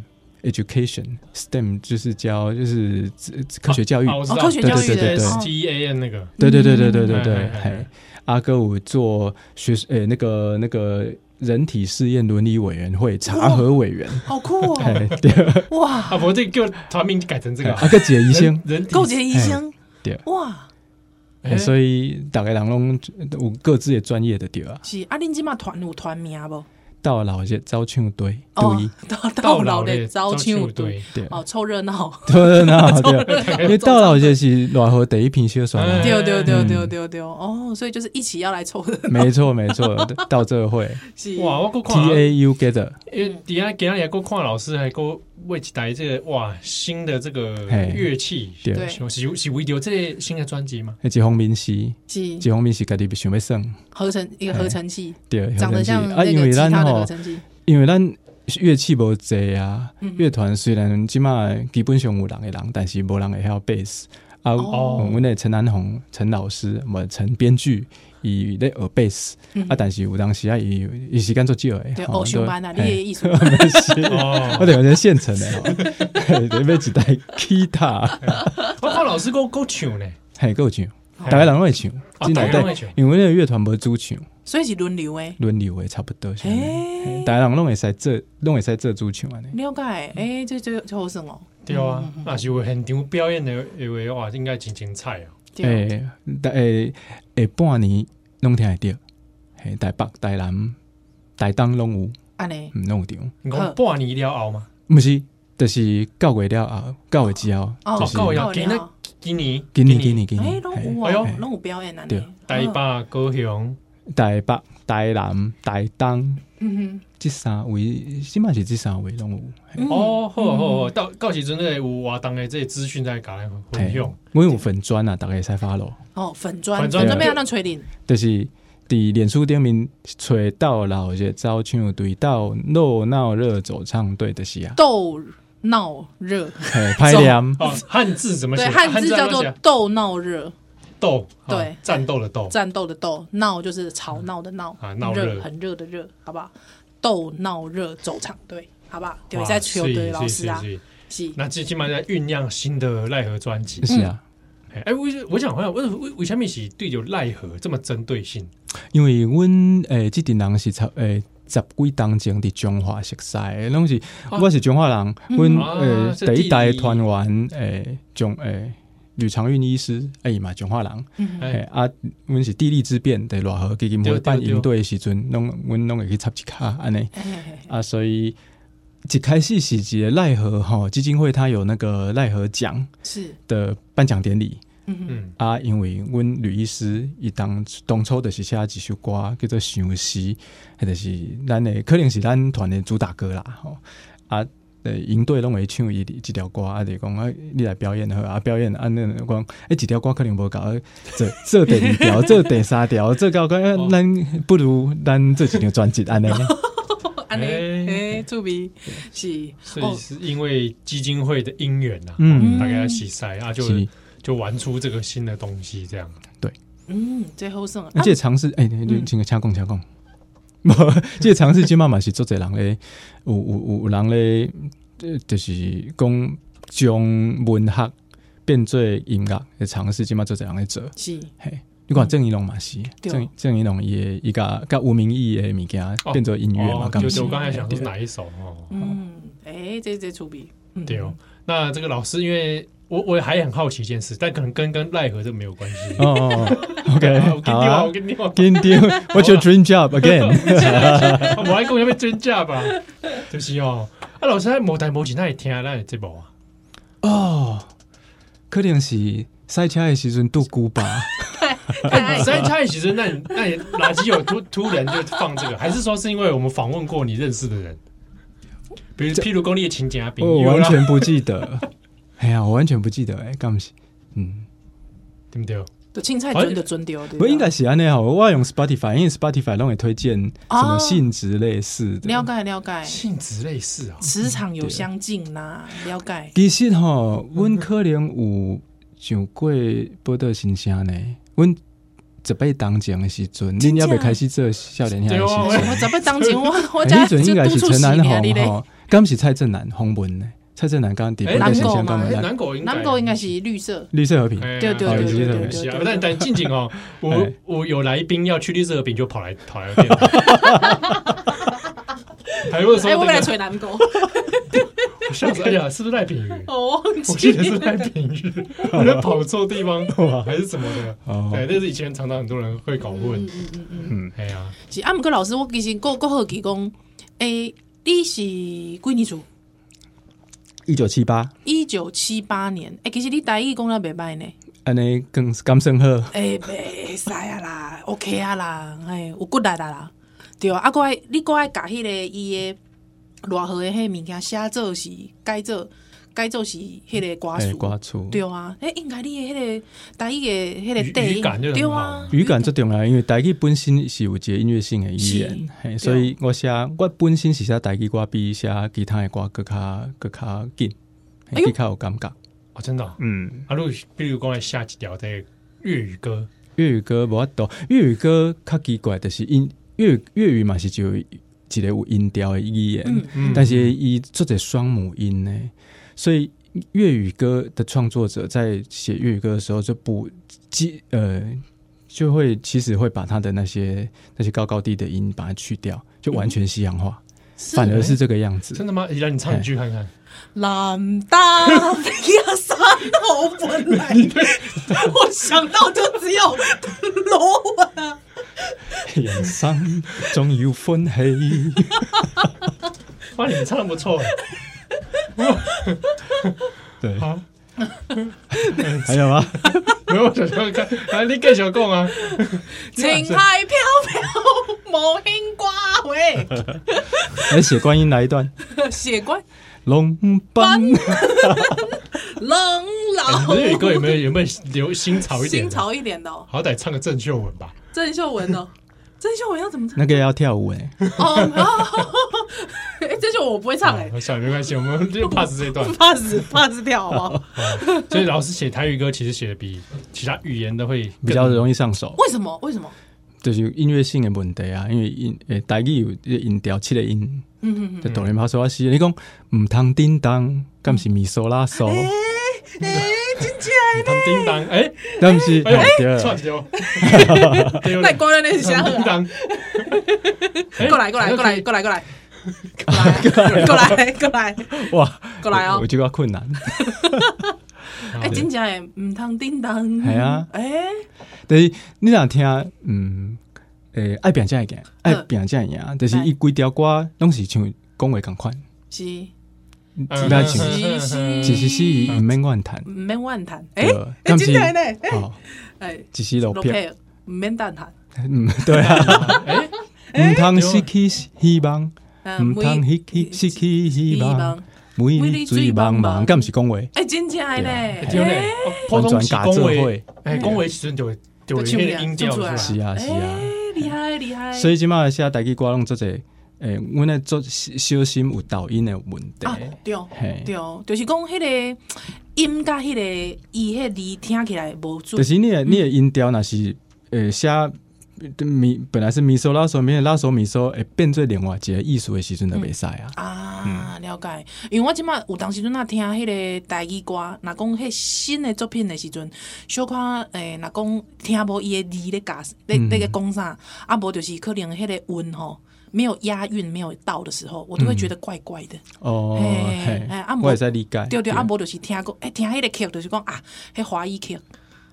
Speaker 3: education，STEM 就是教就是呃科学教育
Speaker 2: 啊，我知
Speaker 1: 哦，
Speaker 2: 道
Speaker 1: 科，学教育
Speaker 3: 对对对
Speaker 1: 的
Speaker 3: 对
Speaker 1: 哦
Speaker 2: S T E A N 那个
Speaker 3: 对对对对对对对
Speaker 2: 嗯，嗯
Speaker 3: 嘿，阿哥有做学诶那个那个人体试验伦理委员会查核委员，
Speaker 1: 好酷哦，
Speaker 3: 嘿， 对，
Speaker 1: 哇，
Speaker 2: 啊，我这个团名改成这个啊
Speaker 3: 阿哥姐医哎生。
Speaker 2: 人人体
Speaker 1: 够一个医生
Speaker 3: 对，
Speaker 1: 哇，
Speaker 3: 欸、所以大家人拢有各自的专业的对啊，
Speaker 1: 是啊，恁即马团有团名无？
Speaker 3: 到老些招唱队对，伊，
Speaker 1: 到
Speaker 2: 到老
Speaker 1: 到老
Speaker 2: 的
Speaker 1: 的
Speaker 2: 招
Speaker 1: 招
Speaker 2: 庆
Speaker 1: 庆
Speaker 2: 队
Speaker 1: 队，
Speaker 3: 对啊
Speaker 1: 哦，凑热闹，
Speaker 3: 对 啊对啊，因为到老些是老河第一篇小说嘛，
Speaker 2: 哎
Speaker 1: 对对对对对对，
Speaker 3: 嗯
Speaker 1: 哦，所以就是一起要来凑热闹，
Speaker 3: 没错没错， 到这会
Speaker 1: 是
Speaker 2: 哇，我够
Speaker 3: 嗯 T
Speaker 2: 看啊，
Speaker 3: A U Gather，
Speaker 2: 因为底下给他也够看老师，还够为一台这个哇新的这个
Speaker 3: 嘿
Speaker 2: 乐器，
Speaker 3: 对啊
Speaker 1: 对
Speaker 2: 是是是 video 这个新的专辑吗？
Speaker 3: 那一方面是，一
Speaker 1: 是
Speaker 3: 方面是家己想要耍，
Speaker 1: 合成一个合成器，
Speaker 3: 对，
Speaker 1: 长得像
Speaker 3: 啊，
Speaker 1: 那
Speaker 3: 因
Speaker 1: 个
Speaker 3: 为
Speaker 1: 吉
Speaker 3: 咱
Speaker 1: 他的
Speaker 3: 吼
Speaker 1: 合，成器，
Speaker 3: 因为咱乐器无济啊，
Speaker 1: 嗯
Speaker 3: 乐团虽然即马基本上有人诶人，但是无人会晓贝斯。啊，
Speaker 1: 哦
Speaker 3: 阮诶陈南红陈老师，我陈编剧，伊咧学贝斯，啊，但是有当时啊，伊伊时间足少诶，
Speaker 1: 嗯对，
Speaker 3: 吼
Speaker 1: 偶像班啊，你
Speaker 3: 都
Speaker 1: 的
Speaker 3: 嘿
Speaker 1: 艺术，
Speaker 3: 没事，
Speaker 2: 哦
Speaker 3: 我得有人现成 的哦，对，买一台吉他，
Speaker 2: 我看老师够够唱呢，
Speaker 3: 还够唱，
Speaker 1: 哦
Speaker 3: 大家人拢会唱，
Speaker 2: 啊
Speaker 3: 真
Speaker 2: 大家拢会唱
Speaker 3: 因为那个乐团无主唱，
Speaker 1: 所以是轮流诶。
Speaker 3: 轮流的差不多，是安尼
Speaker 1: 诶
Speaker 3: 嘿大家人拢会使做，拢会使做主唱安尼。
Speaker 1: 了解，诶、这这这好耍哦。
Speaker 2: 对啊，那是有现场表演的，因为哇，应该真精彩哦。
Speaker 1: 对，
Speaker 3: 诶，大诶诶，半年拢听会着，嘿，台北、台南、台东拢有，
Speaker 1: 安尼
Speaker 3: 嗯，拢有场。
Speaker 2: 你讲半年了后嘛，
Speaker 3: 毋是，就是九月了后，九月之后，
Speaker 1: 哦
Speaker 3: 就是
Speaker 2: 到
Speaker 1: 月
Speaker 2: 要今年今年
Speaker 3: 今年今年今
Speaker 1: 诶，
Speaker 3: 年，
Speaker 1: 拢
Speaker 3: 嘿
Speaker 1: 有
Speaker 2: 啊哎呦
Speaker 1: 哦，拢有表演安尼
Speaker 3: 对。
Speaker 2: 台
Speaker 1: 哦，
Speaker 2: 北、高雄，
Speaker 3: 台北、台南、台东，
Speaker 1: 嗯
Speaker 3: 即三位，起码是即三位拢有。嘿
Speaker 1: 哼，哦，
Speaker 2: 哦，好好好，到到时阵那个有活动的这些资讯再甲咱分享。
Speaker 3: 阮有粉砖啊，大概使发咯，
Speaker 1: 哦，粉砖，
Speaker 2: 粉砖
Speaker 1: 粉砖要安怎吹恁？
Speaker 3: 就是伫脸书顶面找到老热招唱队到热闹热走唱队的是啊，
Speaker 1: 斗闹热，
Speaker 3: 嘿，拍念
Speaker 2: 哦，汉字怎么写？
Speaker 1: 对，汉字叫
Speaker 2: 怎么
Speaker 1: 做
Speaker 2: 写
Speaker 1: 斗闹热，
Speaker 2: 斗，啊
Speaker 1: 对
Speaker 2: 战斗的斗。
Speaker 1: 战斗的斗，闹就是吵闹的闹
Speaker 2: 啊闹，热
Speaker 1: 热很热的热，好不好？斗闹热走场，对，好不好？对，
Speaker 2: 哇
Speaker 1: 在求
Speaker 2: 是
Speaker 1: 对老师啊
Speaker 2: 是，是是
Speaker 1: 是
Speaker 2: 那最起码在酝酿新的奈何专辑。
Speaker 3: 是啊，
Speaker 2: 哎、欸，我我想问，为为为什么是对有奈何这么针对性？
Speaker 3: 因为阮诶，即阵人是差诶。十几当前伫中华熟悉的，拢是我是中华人，阮
Speaker 2: 啊
Speaker 3: 诶
Speaker 2: 这
Speaker 3: 第一代
Speaker 2: 地理
Speaker 3: 团员诶中诶吕长运医师，诶嘛中华人，
Speaker 2: 哎、
Speaker 3: 嘿啊，阮是地利之变的偌好，基金
Speaker 2: 对
Speaker 3: 会
Speaker 2: 对
Speaker 3: 办
Speaker 2: 对
Speaker 3: 营队的时阵，拢阮拢会去插一卡安尼
Speaker 1: 嘿嘿嘿
Speaker 3: 啊，所以一开始是一个奈何吼基金会，它有那个奈何奖
Speaker 1: 是，
Speaker 3: 的颁奖典礼
Speaker 1: 嗯
Speaker 2: 嗯，
Speaker 3: 啊，因为阮吕医师伊当当初就是写一首歌叫做《想死》，迄就是咱的可能是咱团的主打歌啦吼啊。呃，营队拢会唱伊一条歌，啊，就讲啊，你来表演好啊，表演啊，那那讲，诶，一条歌可能无够，这这第二条，这第三条，这到讲，啊咱不如咱做一张专辑安尼。
Speaker 1: 哼，安尼，
Speaker 2: 哎
Speaker 1: 诶，注意是，
Speaker 2: 所以
Speaker 1: 哦，
Speaker 2: 是因为基金会的因缘呐、啊，
Speaker 3: 嗯，
Speaker 2: 大概要洗塞 啊，就是就玩出这个新的东西，这样。
Speaker 1: 嗯，最后剩，啊
Speaker 3: 那这个尝试，哎、你你
Speaker 1: 嗯
Speaker 3: 请个 请讲，请讲。无，这个尝试即嘛嘛是做侪人咧，有有有人咧，呃就是讲将文学变做音乐的尝试，即嘛做侪人咧做。
Speaker 1: 是，
Speaker 3: 嘿，你看郑宜龙嘛是，
Speaker 1: 对
Speaker 3: 郑郑宜龙伊伊甲甲吴明义的物件变做音乐嘛，
Speaker 2: 哦，
Speaker 3: 刚
Speaker 2: 就
Speaker 3: 不是
Speaker 2: 就我刚才想说
Speaker 3: 对
Speaker 2: 是哪一首哦，
Speaker 1: 嗯，诶，这这出笔，嗯
Speaker 2: 对哦。那这个老师，因为我我还很好奇一件事，但可能跟跟奈何这没有关系。
Speaker 3: 哦哦哦，OK，
Speaker 2: 啊我跟
Speaker 3: 好
Speaker 2: 你啊，
Speaker 3: 啊
Speaker 2: 我，跟你啊，
Speaker 3: 紧张，What's your dream job again？
Speaker 2: 我来讲要被尊驾吧，就是哦。啊，老师，无代无钱，那会听咱的节目啊？
Speaker 3: 哦，可能是赛车的时阵拄久吧。
Speaker 1: 太爱
Speaker 2: 三差其哎实那你那你哪集有突突然就放这个？还是说是因为我们访问过你认识的人？比如，譬如公立的啊请嘉宾，
Speaker 3: 我
Speaker 2: 有
Speaker 3: 哦完
Speaker 2: 啦
Speaker 3: 全不记得。 哎呀，我完全不记得哎，干不是，嗯，
Speaker 2: 对不对？哦
Speaker 1: 就凊彩准就准掉，对吧
Speaker 3: 哎不应该是安尼好，我用 Spotify，因为 Spotify 拢会推荐什么性质类似的。
Speaker 1: 哦了解了解，
Speaker 2: 性质类似啊，
Speaker 1: 磁场有相近啦，了解，
Speaker 3: 其实吼，阮可能有上过报道新声呢，阮十八当前的时阵，恁
Speaker 1: 真
Speaker 3: 要
Speaker 1: 的
Speaker 3: 不开始做少年兄
Speaker 2: 对
Speaker 3: 的时
Speaker 2: 啊，我
Speaker 3: 阵
Speaker 1: 我怎么当前 我我
Speaker 3: 哎，
Speaker 1: 家
Speaker 3: 那阵应
Speaker 1: 就
Speaker 3: 该
Speaker 1: 督
Speaker 3: 是
Speaker 1: 促
Speaker 3: 陈
Speaker 1: 洗
Speaker 3: 南
Speaker 1: 你
Speaker 3: 红
Speaker 1: 嘞，
Speaker 3: 吼，敢不是蔡正南红文呢？蔡正南刚刚伫
Speaker 2: 哎，
Speaker 3: 报道
Speaker 1: 南
Speaker 3: 新
Speaker 1: 狗
Speaker 3: 声
Speaker 1: 嘛
Speaker 3: 刚
Speaker 1: 哎
Speaker 3: 刚
Speaker 2: 南狗应该
Speaker 1: 南狗应该是绿色，
Speaker 3: 绿色和平，
Speaker 2: 哎
Speaker 1: 对对
Speaker 2: 好
Speaker 1: 对
Speaker 2: 有
Speaker 1: 对
Speaker 2: 些
Speaker 1: 对
Speaker 2: 东西
Speaker 1: 对
Speaker 2: 啊
Speaker 1: 对
Speaker 2: 但
Speaker 1: 对，
Speaker 2: 但静静哦，我
Speaker 3: 哎
Speaker 2: 我有来宾要去绿色和平就跑来跑来电台，还问说
Speaker 1: 哎，我本来
Speaker 2: 这
Speaker 1: 吹南 狗，
Speaker 2: 个上次哎呀，是不是赖品妤？
Speaker 1: 我哦忘
Speaker 2: 我记
Speaker 1: 记
Speaker 2: 得是赖品妤，我在跑错地方还是什么的？
Speaker 3: 哦
Speaker 2: 哎，那是以前常常很多人会搞混。哎呀，
Speaker 1: 是啊，毋过老师，我其实够够好奇讲，诶，你是几年厝？
Speaker 3: 一九七八，
Speaker 1: 一九七八年，诶，其实你台语讲了袂歹呢，
Speaker 3: 安尼更感生好。
Speaker 1: 诶，袂使啊啦，OK 啊啦，哎，有骨力啊啦，对啊，啊，佫爱你佫爱甲迄个伊诶偌好诶迄物件写做是改做改做是迄个
Speaker 2: 啊
Speaker 1: 歌
Speaker 3: 哎，
Speaker 1: 词。
Speaker 3: 刮出。
Speaker 1: 对啊，迄应该你的迄个台语的迄
Speaker 2: 语
Speaker 1: 个底
Speaker 2: 语感就很
Speaker 1: 对
Speaker 2: 好
Speaker 1: 啊，
Speaker 3: 语感最重要，因为台语本身是有一个音乐性的语言，嘿，所以我写我本身是写台语歌比写其他的歌更较更较紧，
Speaker 1: 哎呦
Speaker 3: 更较有感觉。
Speaker 2: 哦，真的哦。
Speaker 3: 嗯，
Speaker 2: 啊，如果比如讲来下几条这个粤语歌，
Speaker 3: 粤语歌无法度，粤语歌较奇怪，就是音粤粤语嘛是就一个有音调的语言，
Speaker 1: 嗯
Speaker 2: 嗯
Speaker 3: 但是伊做者双母音呢，所以粤语歌的创作者在写粤语歌的时候就不基呃就会其实会把他的那些那些高高低的音把它去掉，就完全西洋化，反嗯而是这个样子。
Speaker 2: 真的吗？怡然，你唱一句看看。
Speaker 1: 南大呀，山头本来，我想到就只有 罗文啊。
Speaker 3: 人生总要欢喜，
Speaker 2: 哇，你们唱的不错哎。
Speaker 3: 对，
Speaker 2: 好，
Speaker 3: 还有啊吗？
Speaker 2: 没有我想想看，啊，你继续讲啊。
Speaker 1: 情海飘飘，无心挂 喂，
Speaker 3: 来写观音来一段，
Speaker 1: 血管
Speaker 3: 龙班
Speaker 1: 冷
Speaker 2: 哎你们粤语歌有
Speaker 1: 老，
Speaker 2: 没有有没有流新潮一点啊
Speaker 1: 新
Speaker 2: 的？
Speaker 1: 哦潮一点的哦，
Speaker 2: 好歹唱个郑秀文吧。
Speaker 1: 郑秀文哦，郑秀文要怎么唱？
Speaker 3: 那个要跳舞哎、
Speaker 1: 哦，哦哎，郑秀文我不会唱哎，
Speaker 2: 啊算了，没关系，我们就 pass 这一 段。
Speaker 1: 怕死怕死掉好不好？
Speaker 2: 所以老师写台语歌，其实写的比其他语言都会
Speaker 3: 比较容易上手，
Speaker 1: 为什么？为什么？
Speaker 3: 就是音乐性的问题啊，因为音诶，台语有这个音调七个音，
Speaker 1: 嗯嗯嗯，
Speaker 3: 就哆来咪发嗦拉西，你讲唔通叮当，敢是咪嗦拉嗦，
Speaker 1: 哎，真正
Speaker 2: 他们叮当，哎，
Speaker 3: 敢是
Speaker 2: 哎
Speaker 3: 哎
Speaker 2: 呦，错
Speaker 3: 对，
Speaker 2: 丢，
Speaker 1: 那过来那是啥？
Speaker 2: 叮当，
Speaker 1: 过来过来过来过来过来。过来，过来，过来，
Speaker 3: 哇，
Speaker 1: 过来哦
Speaker 3: 我！就较困难。
Speaker 1: 哎，真正诶，唔通叮当。
Speaker 3: 系啊
Speaker 1: 哎，
Speaker 3: 但是你若听，嗯，诶，爱拼才会赢，爱拼才会赢，但是伊规条歌拢是像讲话共款，
Speaker 1: 是
Speaker 3: 其他像
Speaker 1: 是是，
Speaker 3: 只是
Speaker 1: 嗯
Speaker 3: 是毋免怨叹
Speaker 1: 唔，免怨叹。哎
Speaker 3: 对，
Speaker 1: 哎，
Speaker 3: 敢是
Speaker 1: 真正呢，哎
Speaker 3: 哦，
Speaker 1: 哎，
Speaker 3: 只是落
Speaker 1: 落
Speaker 3: 魄，
Speaker 1: 魄唔免怨叹。
Speaker 3: 嗯，对啊。
Speaker 2: 哎，
Speaker 3: 唔通失去希望，
Speaker 1: 嗯
Speaker 3: 唔通失去失去希望，每日水茫茫，敢毋是讲话？
Speaker 1: 哎，真正诶呢，
Speaker 2: 丢嘞，哦普通是恭维，哎，恭维时阵就会就会那个音调出来，
Speaker 3: 是啊是啊
Speaker 1: 哎，厉害厉害。
Speaker 3: 所以即摆写台语歌拢做者，诶，阮咧做小心有抖音的问题，
Speaker 1: 啊，对
Speaker 3: 嘿
Speaker 1: 对，就是讲迄个音甲迄个伊迄字听起来无
Speaker 3: 就
Speaker 1: 准。
Speaker 3: 是你的你的音调若
Speaker 1: 嗯
Speaker 3: 是诶写咪本来是咪嗦拉嗦，咪拉嗦咪嗦，会变做另外一个艺术的时阵就袂使啊。
Speaker 1: 啊，了解。因为我即马有当时阵若啊听迄个台语歌，若讲迄新的作品的时阵，小可诶，若讲听无伊的字咧教咧
Speaker 3: 嗯
Speaker 1: 咧个讲啥，啊无就是可能迄个韵吼没有押韵没有到的时候，我都会觉得怪怪的。
Speaker 3: 哦，嘿
Speaker 1: 哎啊，
Speaker 3: 我会使理解。
Speaker 1: 对对，啊无就是听过，诶，听迄个曲就是讲啊，迄华语曲，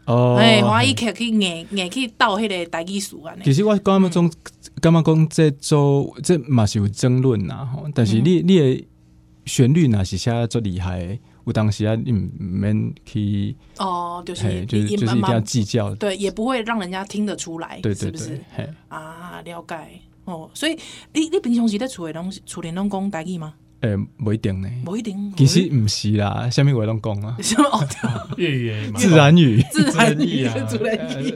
Speaker 3: 哦，
Speaker 1: 诶，华语曲去硬硬去斗迄个台语词安
Speaker 3: 其
Speaker 1: 尼。
Speaker 3: 实我感
Speaker 1: 嗯
Speaker 3: 觉中，感觉讲这周这嘛是有争论呐，吼。但
Speaker 1: 嗯
Speaker 3: 是你你的旋律若是写得足厉害的，有当时啊你毋毋免去，
Speaker 1: 哦，就是
Speaker 3: 嘿，就是
Speaker 1: 音
Speaker 3: 就是一定
Speaker 1: 慢
Speaker 3: 要
Speaker 1: 慢
Speaker 3: 计较，
Speaker 1: 对，也不会让人家听得出来，
Speaker 3: 对
Speaker 1: 是
Speaker 3: 对
Speaker 1: 不是
Speaker 3: 对？，嘿，
Speaker 1: 啊，了解哦，所以你你平常时咧厝诶拢是厝内拢讲台语吗？
Speaker 3: 诶，无一定呢。
Speaker 1: 无一定，，
Speaker 3: 其实毋是啦，虾米话拢讲啊
Speaker 1: 什么 哦，对
Speaker 2: 粤语嘛，
Speaker 3: 自 然语
Speaker 1: 自
Speaker 2: 自
Speaker 1: 然
Speaker 2: 然
Speaker 1: 语
Speaker 2: 语
Speaker 1: 啊
Speaker 2: 啊，，
Speaker 1: 自然
Speaker 3: 哎
Speaker 1: 啊语，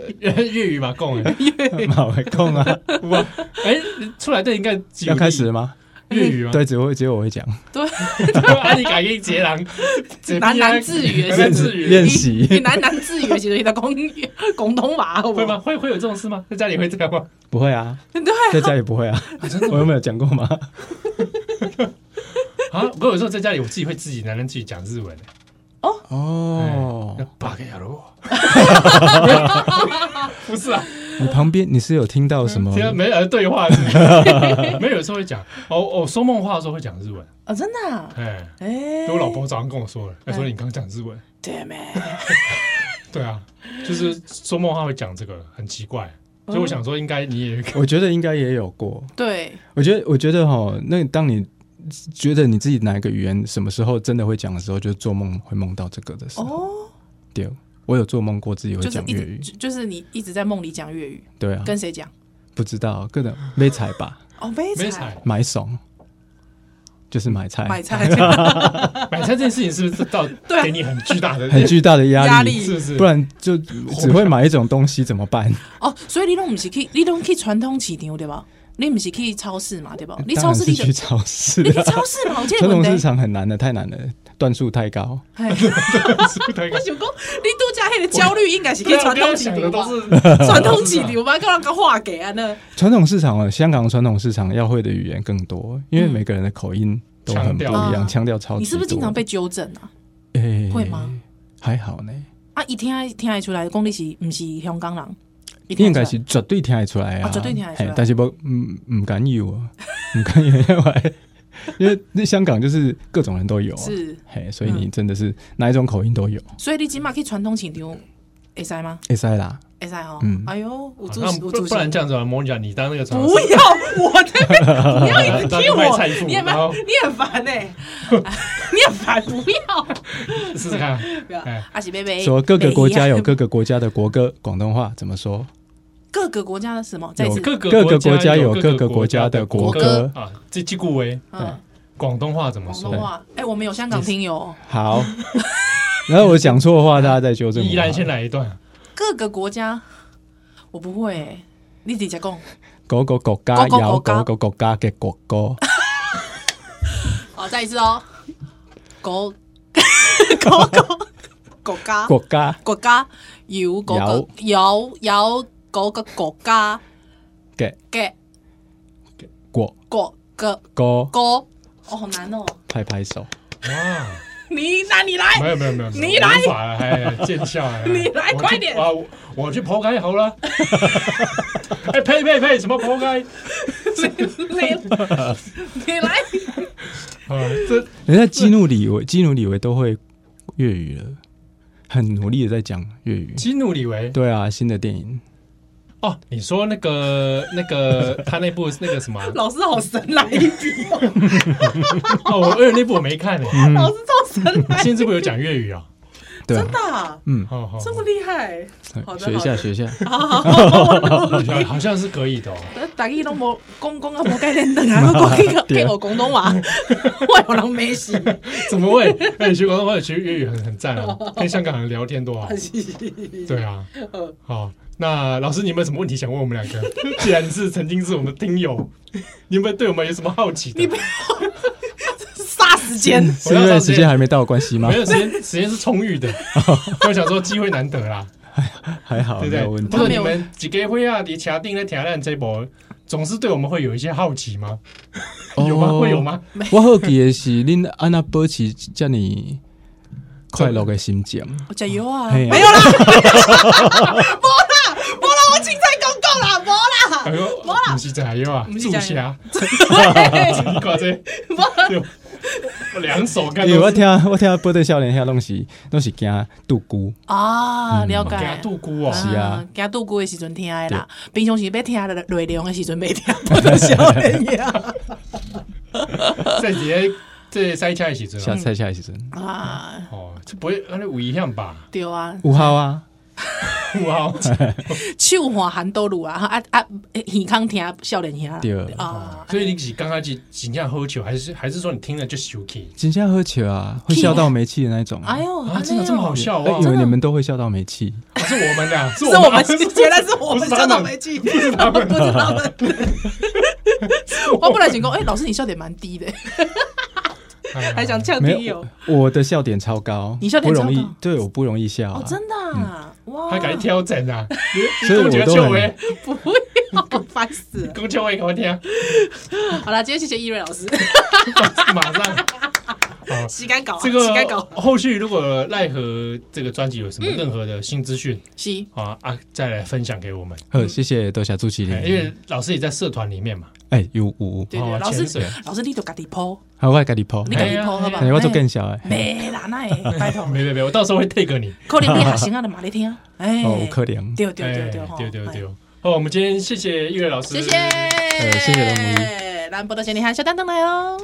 Speaker 2: 粤语嘛，讲哎，
Speaker 3: 嘛会讲 啊。
Speaker 2: 哇，哎，出来的应该
Speaker 3: 要开始了吗？
Speaker 2: 粤语吗？
Speaker 3: 对，只会只有我会讲，
Speaker 1: 对，
Speaker 2: 啊，你改一截狼，
Speaker 1: 喃喃自语的
Speaker 2: 喃喃自
Speaker 1: 时候，
Speaker 3: 练
Speaker 2: 语
Speaker 3: 练习
Speaker 1: 你喃喃自语的时候，在讲广东话，好不
Speaker 2: 会吗？？会会有这种事吗？在家里会这样吗？
Speaker 3: 不会啊，
Speaker 1: 对，
Speaker 3: 在家里不会 啊，我有没有讲过吗？
Speaker 2: 啊，我有时候在家里，我自己会自己喃喃自语讲日文。欸
Speaker 3: 哦
Speaker 2: 那，八个亚罗， 不是啊，
Speaker 3: 你旁边你是有听到
Speaker 1: 嗯
Speaker 3: 什么？
Speaker 2: 听没人对话是不 是没有有时候会讲，哦哦，说梦话的时候会讲日文，
Speaker 1: 啊，真的啊，
Speaker 2: 哎，
Speaker 1: 哎，
Speaker 2: 我老婆早上跟我说了，她说你刚刚讲日文，
Speaker 1: ，damn it，
Speaker 2: 对啊，就是说梦话会讲这个，很奇怪，所以我想说应该你也
Speaker 3: 我觉得应该也有过，
Speaker 1: 对，
Speaker 3: 我觉得，我觉得哈，那当你觉得你自己哪一个语言什么时候真的会讲的时候，就是做梦会梦到这个的时候。
Speaker 1: 哦，
Speaker 3: 对，我有做梦过自己会
Speaker 1: 就是
Speaker 3: 讲
Speaker 1: 一
Speaker 3: 粤
Speaker 1: 直
Speaker 3: 语，
Speaker 1: 就就是你一直在梦里讲粤语，
Speaker 3: 对啊，
Speaker 1: 跟谁讲？
Speaker 3: 不知道各种买菜吧，
Speaker 1: 哦，买
Speaker 2: 没
Speaker 1: 菜，
Speaker 2: 踩
Speaker 3: 买怂，就是买菜，
Speaker 1: 买菜，
Speaker 2: 买菜这件事情是不是到
Speaker 1: 对啊
Speaker 2: 给你很巨大的
Speaker 3: 很巨大的压
Speaker 1: 压力
Speaker 2: 是不是？
Speaker 3: 不然就只会买一种东西怎么办？
Speaker 1: 哦，所以你拢毋是去，你拢去传统市场对吧？你毋是去超市嘛对吧？你
Speaker 3: 呃
Speaker 1: 超
Speaker 3: 当然
Speaker 1: 市
Speaker 3: 是
Speaker 1: 你就
Speaker 3: 去超市
Speaker 1: 你去
Speaker 3: 啊，
Speaker 1: 超市嘛，我记得
Speaker 3: 传
Speaker 1: 问
Speaker 3: 统
Speaker 1: 题
Speaker 3: 市场很难的，太难了。段数太高，
Speaker 1: 嘿
Speaker 2: 是太
Speaker 1: 我想讲，你拄则迄个焦虑应该是去传
Speaker 2: 对啊
Speaker 1: 统
Speaker 2: 我
Speaker 1: 市
Speaker 2: 想
Speaker 1: 场
Speaker 2: 的
Speaker 1: 吧
Speaker 2: 都？是
Speaker 1: 传统 市场吧，跟人家化给啊那。
Speaker 3: 传统市场啊，香港传统市场要会的语言更多，因为每个人的口音都很不一
Speaker 1: 嗯
Speaker 3: 样，腔调超级
Speaker 1: 你
Speaker 3: 多。
Speaker 1: 是不是经常被纠正啊？
Speaker 3: 诶
Speaker 1: 会吗？
Speaker 3: 还好呢，
Speaker 1: 啊，一听得听得出来，讲你是毋是香港人？他听
Speaker 3: 应
Speaker 1: 得出来
Speaker 3: 该是绝对听得出来
Speaker 1: 啊
Speaker 3: 啊，
Speaker 1: 绝对听得出来
Speaker 3: 嘿但是不，嗯，唔敢有啊， 唔敢有，因为因为那香港就是各种人都有啊，
Speaker 1: 是，嗯
Speaker 3: 嘿，所以你真的是哪一种口音都有，
Speaker 1: 所以你即码去传统市场会使吗？
Speaker 3: 会塞啦。
Speaker 1: 会使哦
Speaker 3: 嗯。
Speaker 1: 哎呦，我主
Speaker 2: 啊那
Speaker 1: 我
Speaker 2: 不
Speaker 1: 主
Speaker 2: 不然这样子吧，莫妮讲，你当那个传统
Speaker 1: 不要我 在那边，不要一直
Speaker 2: 当
Speaker 1: 踢
Speaker 2: 卖
Speaker 1: 我
Speaker 2: 菜妇，
Speaker 1: 你很
Speaker 2: 然
Speaker 1: 烦
Speaker 2: 后，
Speaker 1: 你很烦呢， 你很烦，不要
Speaker 2: 试试看，
Speaker 1: 不要
Speaker 2: 哎，
Speaker 1: 阿喜贝贝
Speaker 3: 说各个国家有
Speaker 1: 各
Speaker 3: 各个国家的国歌，广东话怎么说？
Speaker 1: 各个国家的什么？再一
Speaker 3: 有
Speaker 1: 次，
Speaker 2: 各个
Speaker 3: 各个
Speaker 2: 国
Speaker 3: 国
Speaker 2: 家
Speaker 3: 家
Speaker 2: 有
Speaker 3: 有
Speaker 2: 各
Speaker 3: 各
Speaker 2: 个
Speaker 3: 个
Speaker 2: 国
Speaker 3: 国
Speaker 2: 家
Speaker 3: 家
Speaker 2: 的
Speaker 3: 的
Speaker 2: 国
Speaker 3: 国
Speaker 1: 歌
Speaker 3: 歌。
Speaker 2: 啊，这句古为
Speaker 1: 嗯，
Speaker 2: 广东话怎么
Speaker 1: 广
Speaker 2: 说
Speaker 1: 东？话。哎，我们有香港听友哦，
Speaker 3: 好， 然后我讲错话，大家再纠正我。啊
Speaker 2: 依然先来一段，
Speaker 1: 各个国家，我不会欸。你直接讲，
Speaker 3: 嗰個國家
Speaker 1: 嗰個
Speaker 3: 有
Speaker 1: 國家
Speaker 3: 嗰個國家嘅國歌，
Speaker 1: 好，再一次哦。狗 狗狗国家
Speaker 3: 國家
Speaker 1: 国家有嗰個有有嗰個國家
Speaker 3: 嘅
Speaker 1: 嘅
Speaker 3: 國
Speaker 1: 國嘅
Speaker 3: 歌，
Speaker 1: 歌，哦，好難哦！
Speaker 3: 拍拍手。
Speaker 2: 哇！
Speaker 1: 你那你來，
Speaker 2: 没有没有没有，
Speaker 1: 你来
Speaker 2: 无法了，哎，见笑了，哎
Speaker 1: 你来
Speaker 2: 我去
Speaker 1: 快点
Speaker 2: 啊！我我去剖开好 了。哎，呸呸呸，什么剖开？
Speaker 1: 你你來，
Speaker 2: 啊，这
Speaker 3: 人家基努里维，基努里维都會粵語了，很努力的在講粵語。
Speaker 2: 激怒李维
Speaker 3: 對啊，新的电影
Speaker 2: 哦，你说那个 那个他那部那个什么啊？
Speaker 1: 老師好神來一筆哦，
Speaker 2: 哦，我二那部我没看呢。
Speaker 1: 老師超神 來，
Speaker 2: 现在这部有讲粤语啊？哦
Speaker 3: 对啊
Speaker 1: 真，的啊
Speaker 3: 嗯，
Speaker 2: 好好，
Speaker 1: 這麼厲害，好的
Speaker 3: 学一
Speaker 1: 好的
Speaker 3: 下学一下，
Speaker 2: 好像好像是可以的哦。
Speaker 1: 大家都無講講啊，無概念，等下我講去去學廣東話， 我有人沒事，
Speaker 2: 怎么会？哎，你学广东话，学粤语很很赞啊，跟香港人聊天多好。啊对啊，好，那老师，你有没有什么问题想问我们两个？ 既然是曾经是我们听友，你有没有对我们有什么好奇的？
Speaker 1: 殺時間，
Speaker 3: 是因为时间还没到的关系吗
Speaker 2: 没？有时间，时间是充裕的。我想说机会难得啦，
Speaker 3: 还好，
Speaker 2: 对不
Speaker 3: 哦没
Speaker 2: 对
Speaker 3: 有问？
Speaker 2: 不
Speaker 3: 题
Speaker 2: 是
Speaker 1: 他。没
Speaker 2: 你
Speaker 1: 有
Speaker 2: 们几个会啊，你卡定在挑战这波，总是对我们会有一些好奇吗？有吗？
Speaker 3: 哦
Speaker 2: 会有？吗？
Speaker 3: 我好奇的是，恁安娜保持这你快乐的心情。
Speaker 1: 我加油啊！
Speaker 3: 嘿啊
Speaker 1: 没有啦，无啦，无啦，我凊彩讲讲啦，无啊啦，
Speaker 2: 哎呦，不是加油啊，
Speaker 1: 不是
Speaker 2: 助
Speaker 1: 加油
Speaker 2: 侠，
Speaker 1: 对
Speaker 2: 你 挂这， 对我两手干
Speaker 3: 因为
Speaker 2: 都
Speaker 3: 哎我
Speaker 2: 是。
Speaker 3: 听我听波特少年遐拢是拢是惊独孤，
Speaker 1: 啊，了
Speaker 2: 给他
Speaker 1: 解。
Speaker 2: 度孤哦，
Speaker 3: 是啊，
Speaker 1: 加度过的时阵听的啦，平常时要听的内容的时阵没听，不得笑人呀！
Speaker 2: 在直接这塞车的时阵
Speaker 3: 下
Speaker 2: 啊，
Speaker 3: 菜下时阵
Speaker 1: 啊，
Speaker 2: 哦，这不会安尼有影响吧？
Speaker 1: 对啊，
Speaker 3: 有效啊，
Speaker 2: 哇，
Speaker 1: 手滑韩都路啊，啊啊，耳康听少年兄啦，
Speaker 3: 对
Speaker 1: 啊，
Speaker 2: 所以你是刚刚是真正喝酒，还是还是说你听了就生气
Speaker 3: 真正好笑啊，会笑到没气的那种啊。
Speaker 1: 哎呦，
Speaker 2: 啊？
Speaker 1: 安
Speaker 2: 真的
Speaker 1: 尼
Speaker 2: 这么
Speaker 1: 哦
Speaker 2: 好？笑
Speaker 3: 哎
Speaker 2: 哇
Speaker 3: 以？为你们都会笑到没气，
Speaker 2: 不是我们的，是
Speaker 1: 是我
Speaker 2: 我
Speaker 1: 们
Speaker 2: 们，
Speaker 1: 原来是我们
Speaker 2: 不是
Speaker 1: 笑
Speaker 2: 他
Speaker 1: 到
Speaker 2: 们
Speaker 1: 没气，不知道们，我本来想讲，哎，老师你笑点蛮低的， 还想呛
Speaker 3: 没
Speaker 1: 听
Speaker 3: 有
Speaker 1: 友。，
Speaker 3: 我的笑点超高，
Speaker 1: 你笑点超高
Speaker 3: 不容易，对，我不容易笑
Speaker 1: 哦
Speaker 3: 啊，，
Speaker 1: 真的啊、哇！
Speaker 2: 他敢挑战 啊！你
Speaker 3: 所以我
Speaker 2: 你讲
Speaker 3: 都
Speaker 2: 笑话
Speaker 3: 很，
Speaker 1: 不要，烦死了！
Speaker 2: 讲笑话给我听，
Speaker 1: 好了，今天谢谢易瑞老师，
Speaker 2: 马 上。
Speaker 1: 洗干搞啊，
Speaker 2: 这
Speaker 1: 洗干
Speaker 2: 个
Speaker 1: 搞，
Speaker 2: 后续如果奈何这个专辑有什么任何的新资讯
Speaker 1: 洗
Speaker 2: 啊啊，再来分享给我们，
Speaker 3: 好，谢谢多谢朱启
Speaker 2: 哎因
Speaker 3: 林，
Speaker 2: 为老师也在社团里面嘛，
Speaker 3: 哎，有有有，
Speaker 1: 对
Speaker 2: 哦
Speaker 1: 对，老
Speaker 2: 潜水
Speaker 1: 师老师你都家己剖，
Speaker 3: 好，我甲你抛，
Speaker 1: 你家
Speaker 2: 哎
Speaker 1: 己
Speaker 2: 呀
Speaker 1: 剖好吧
Speaker 2: 哎？
Speaker 3: 哎我做更小哎，
Speaker 1: 没啦，那也拜托，
Speaker 2: 没没没，我到时候会 take 你。
Speaker 1: 可能你学生啊，就嘛你听，哎，
Speaker 3: 哦，有可怜，
Speaker 1: 对对
Speaker 2: 哎
Speaker 1: 对对吼
Speaker 2: 对对对
Speaker 1: 哎，
Speaker 2: 哦，我们今天谢谢玉伟老师，
Speaker 1: 谢谢，
Speaker 3: 谢谢龙母
Speaker 1: 母，兰波多先你喊小丹登来哦。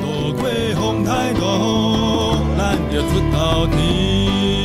Speaker 4: 渡过风台路，咱就出头天。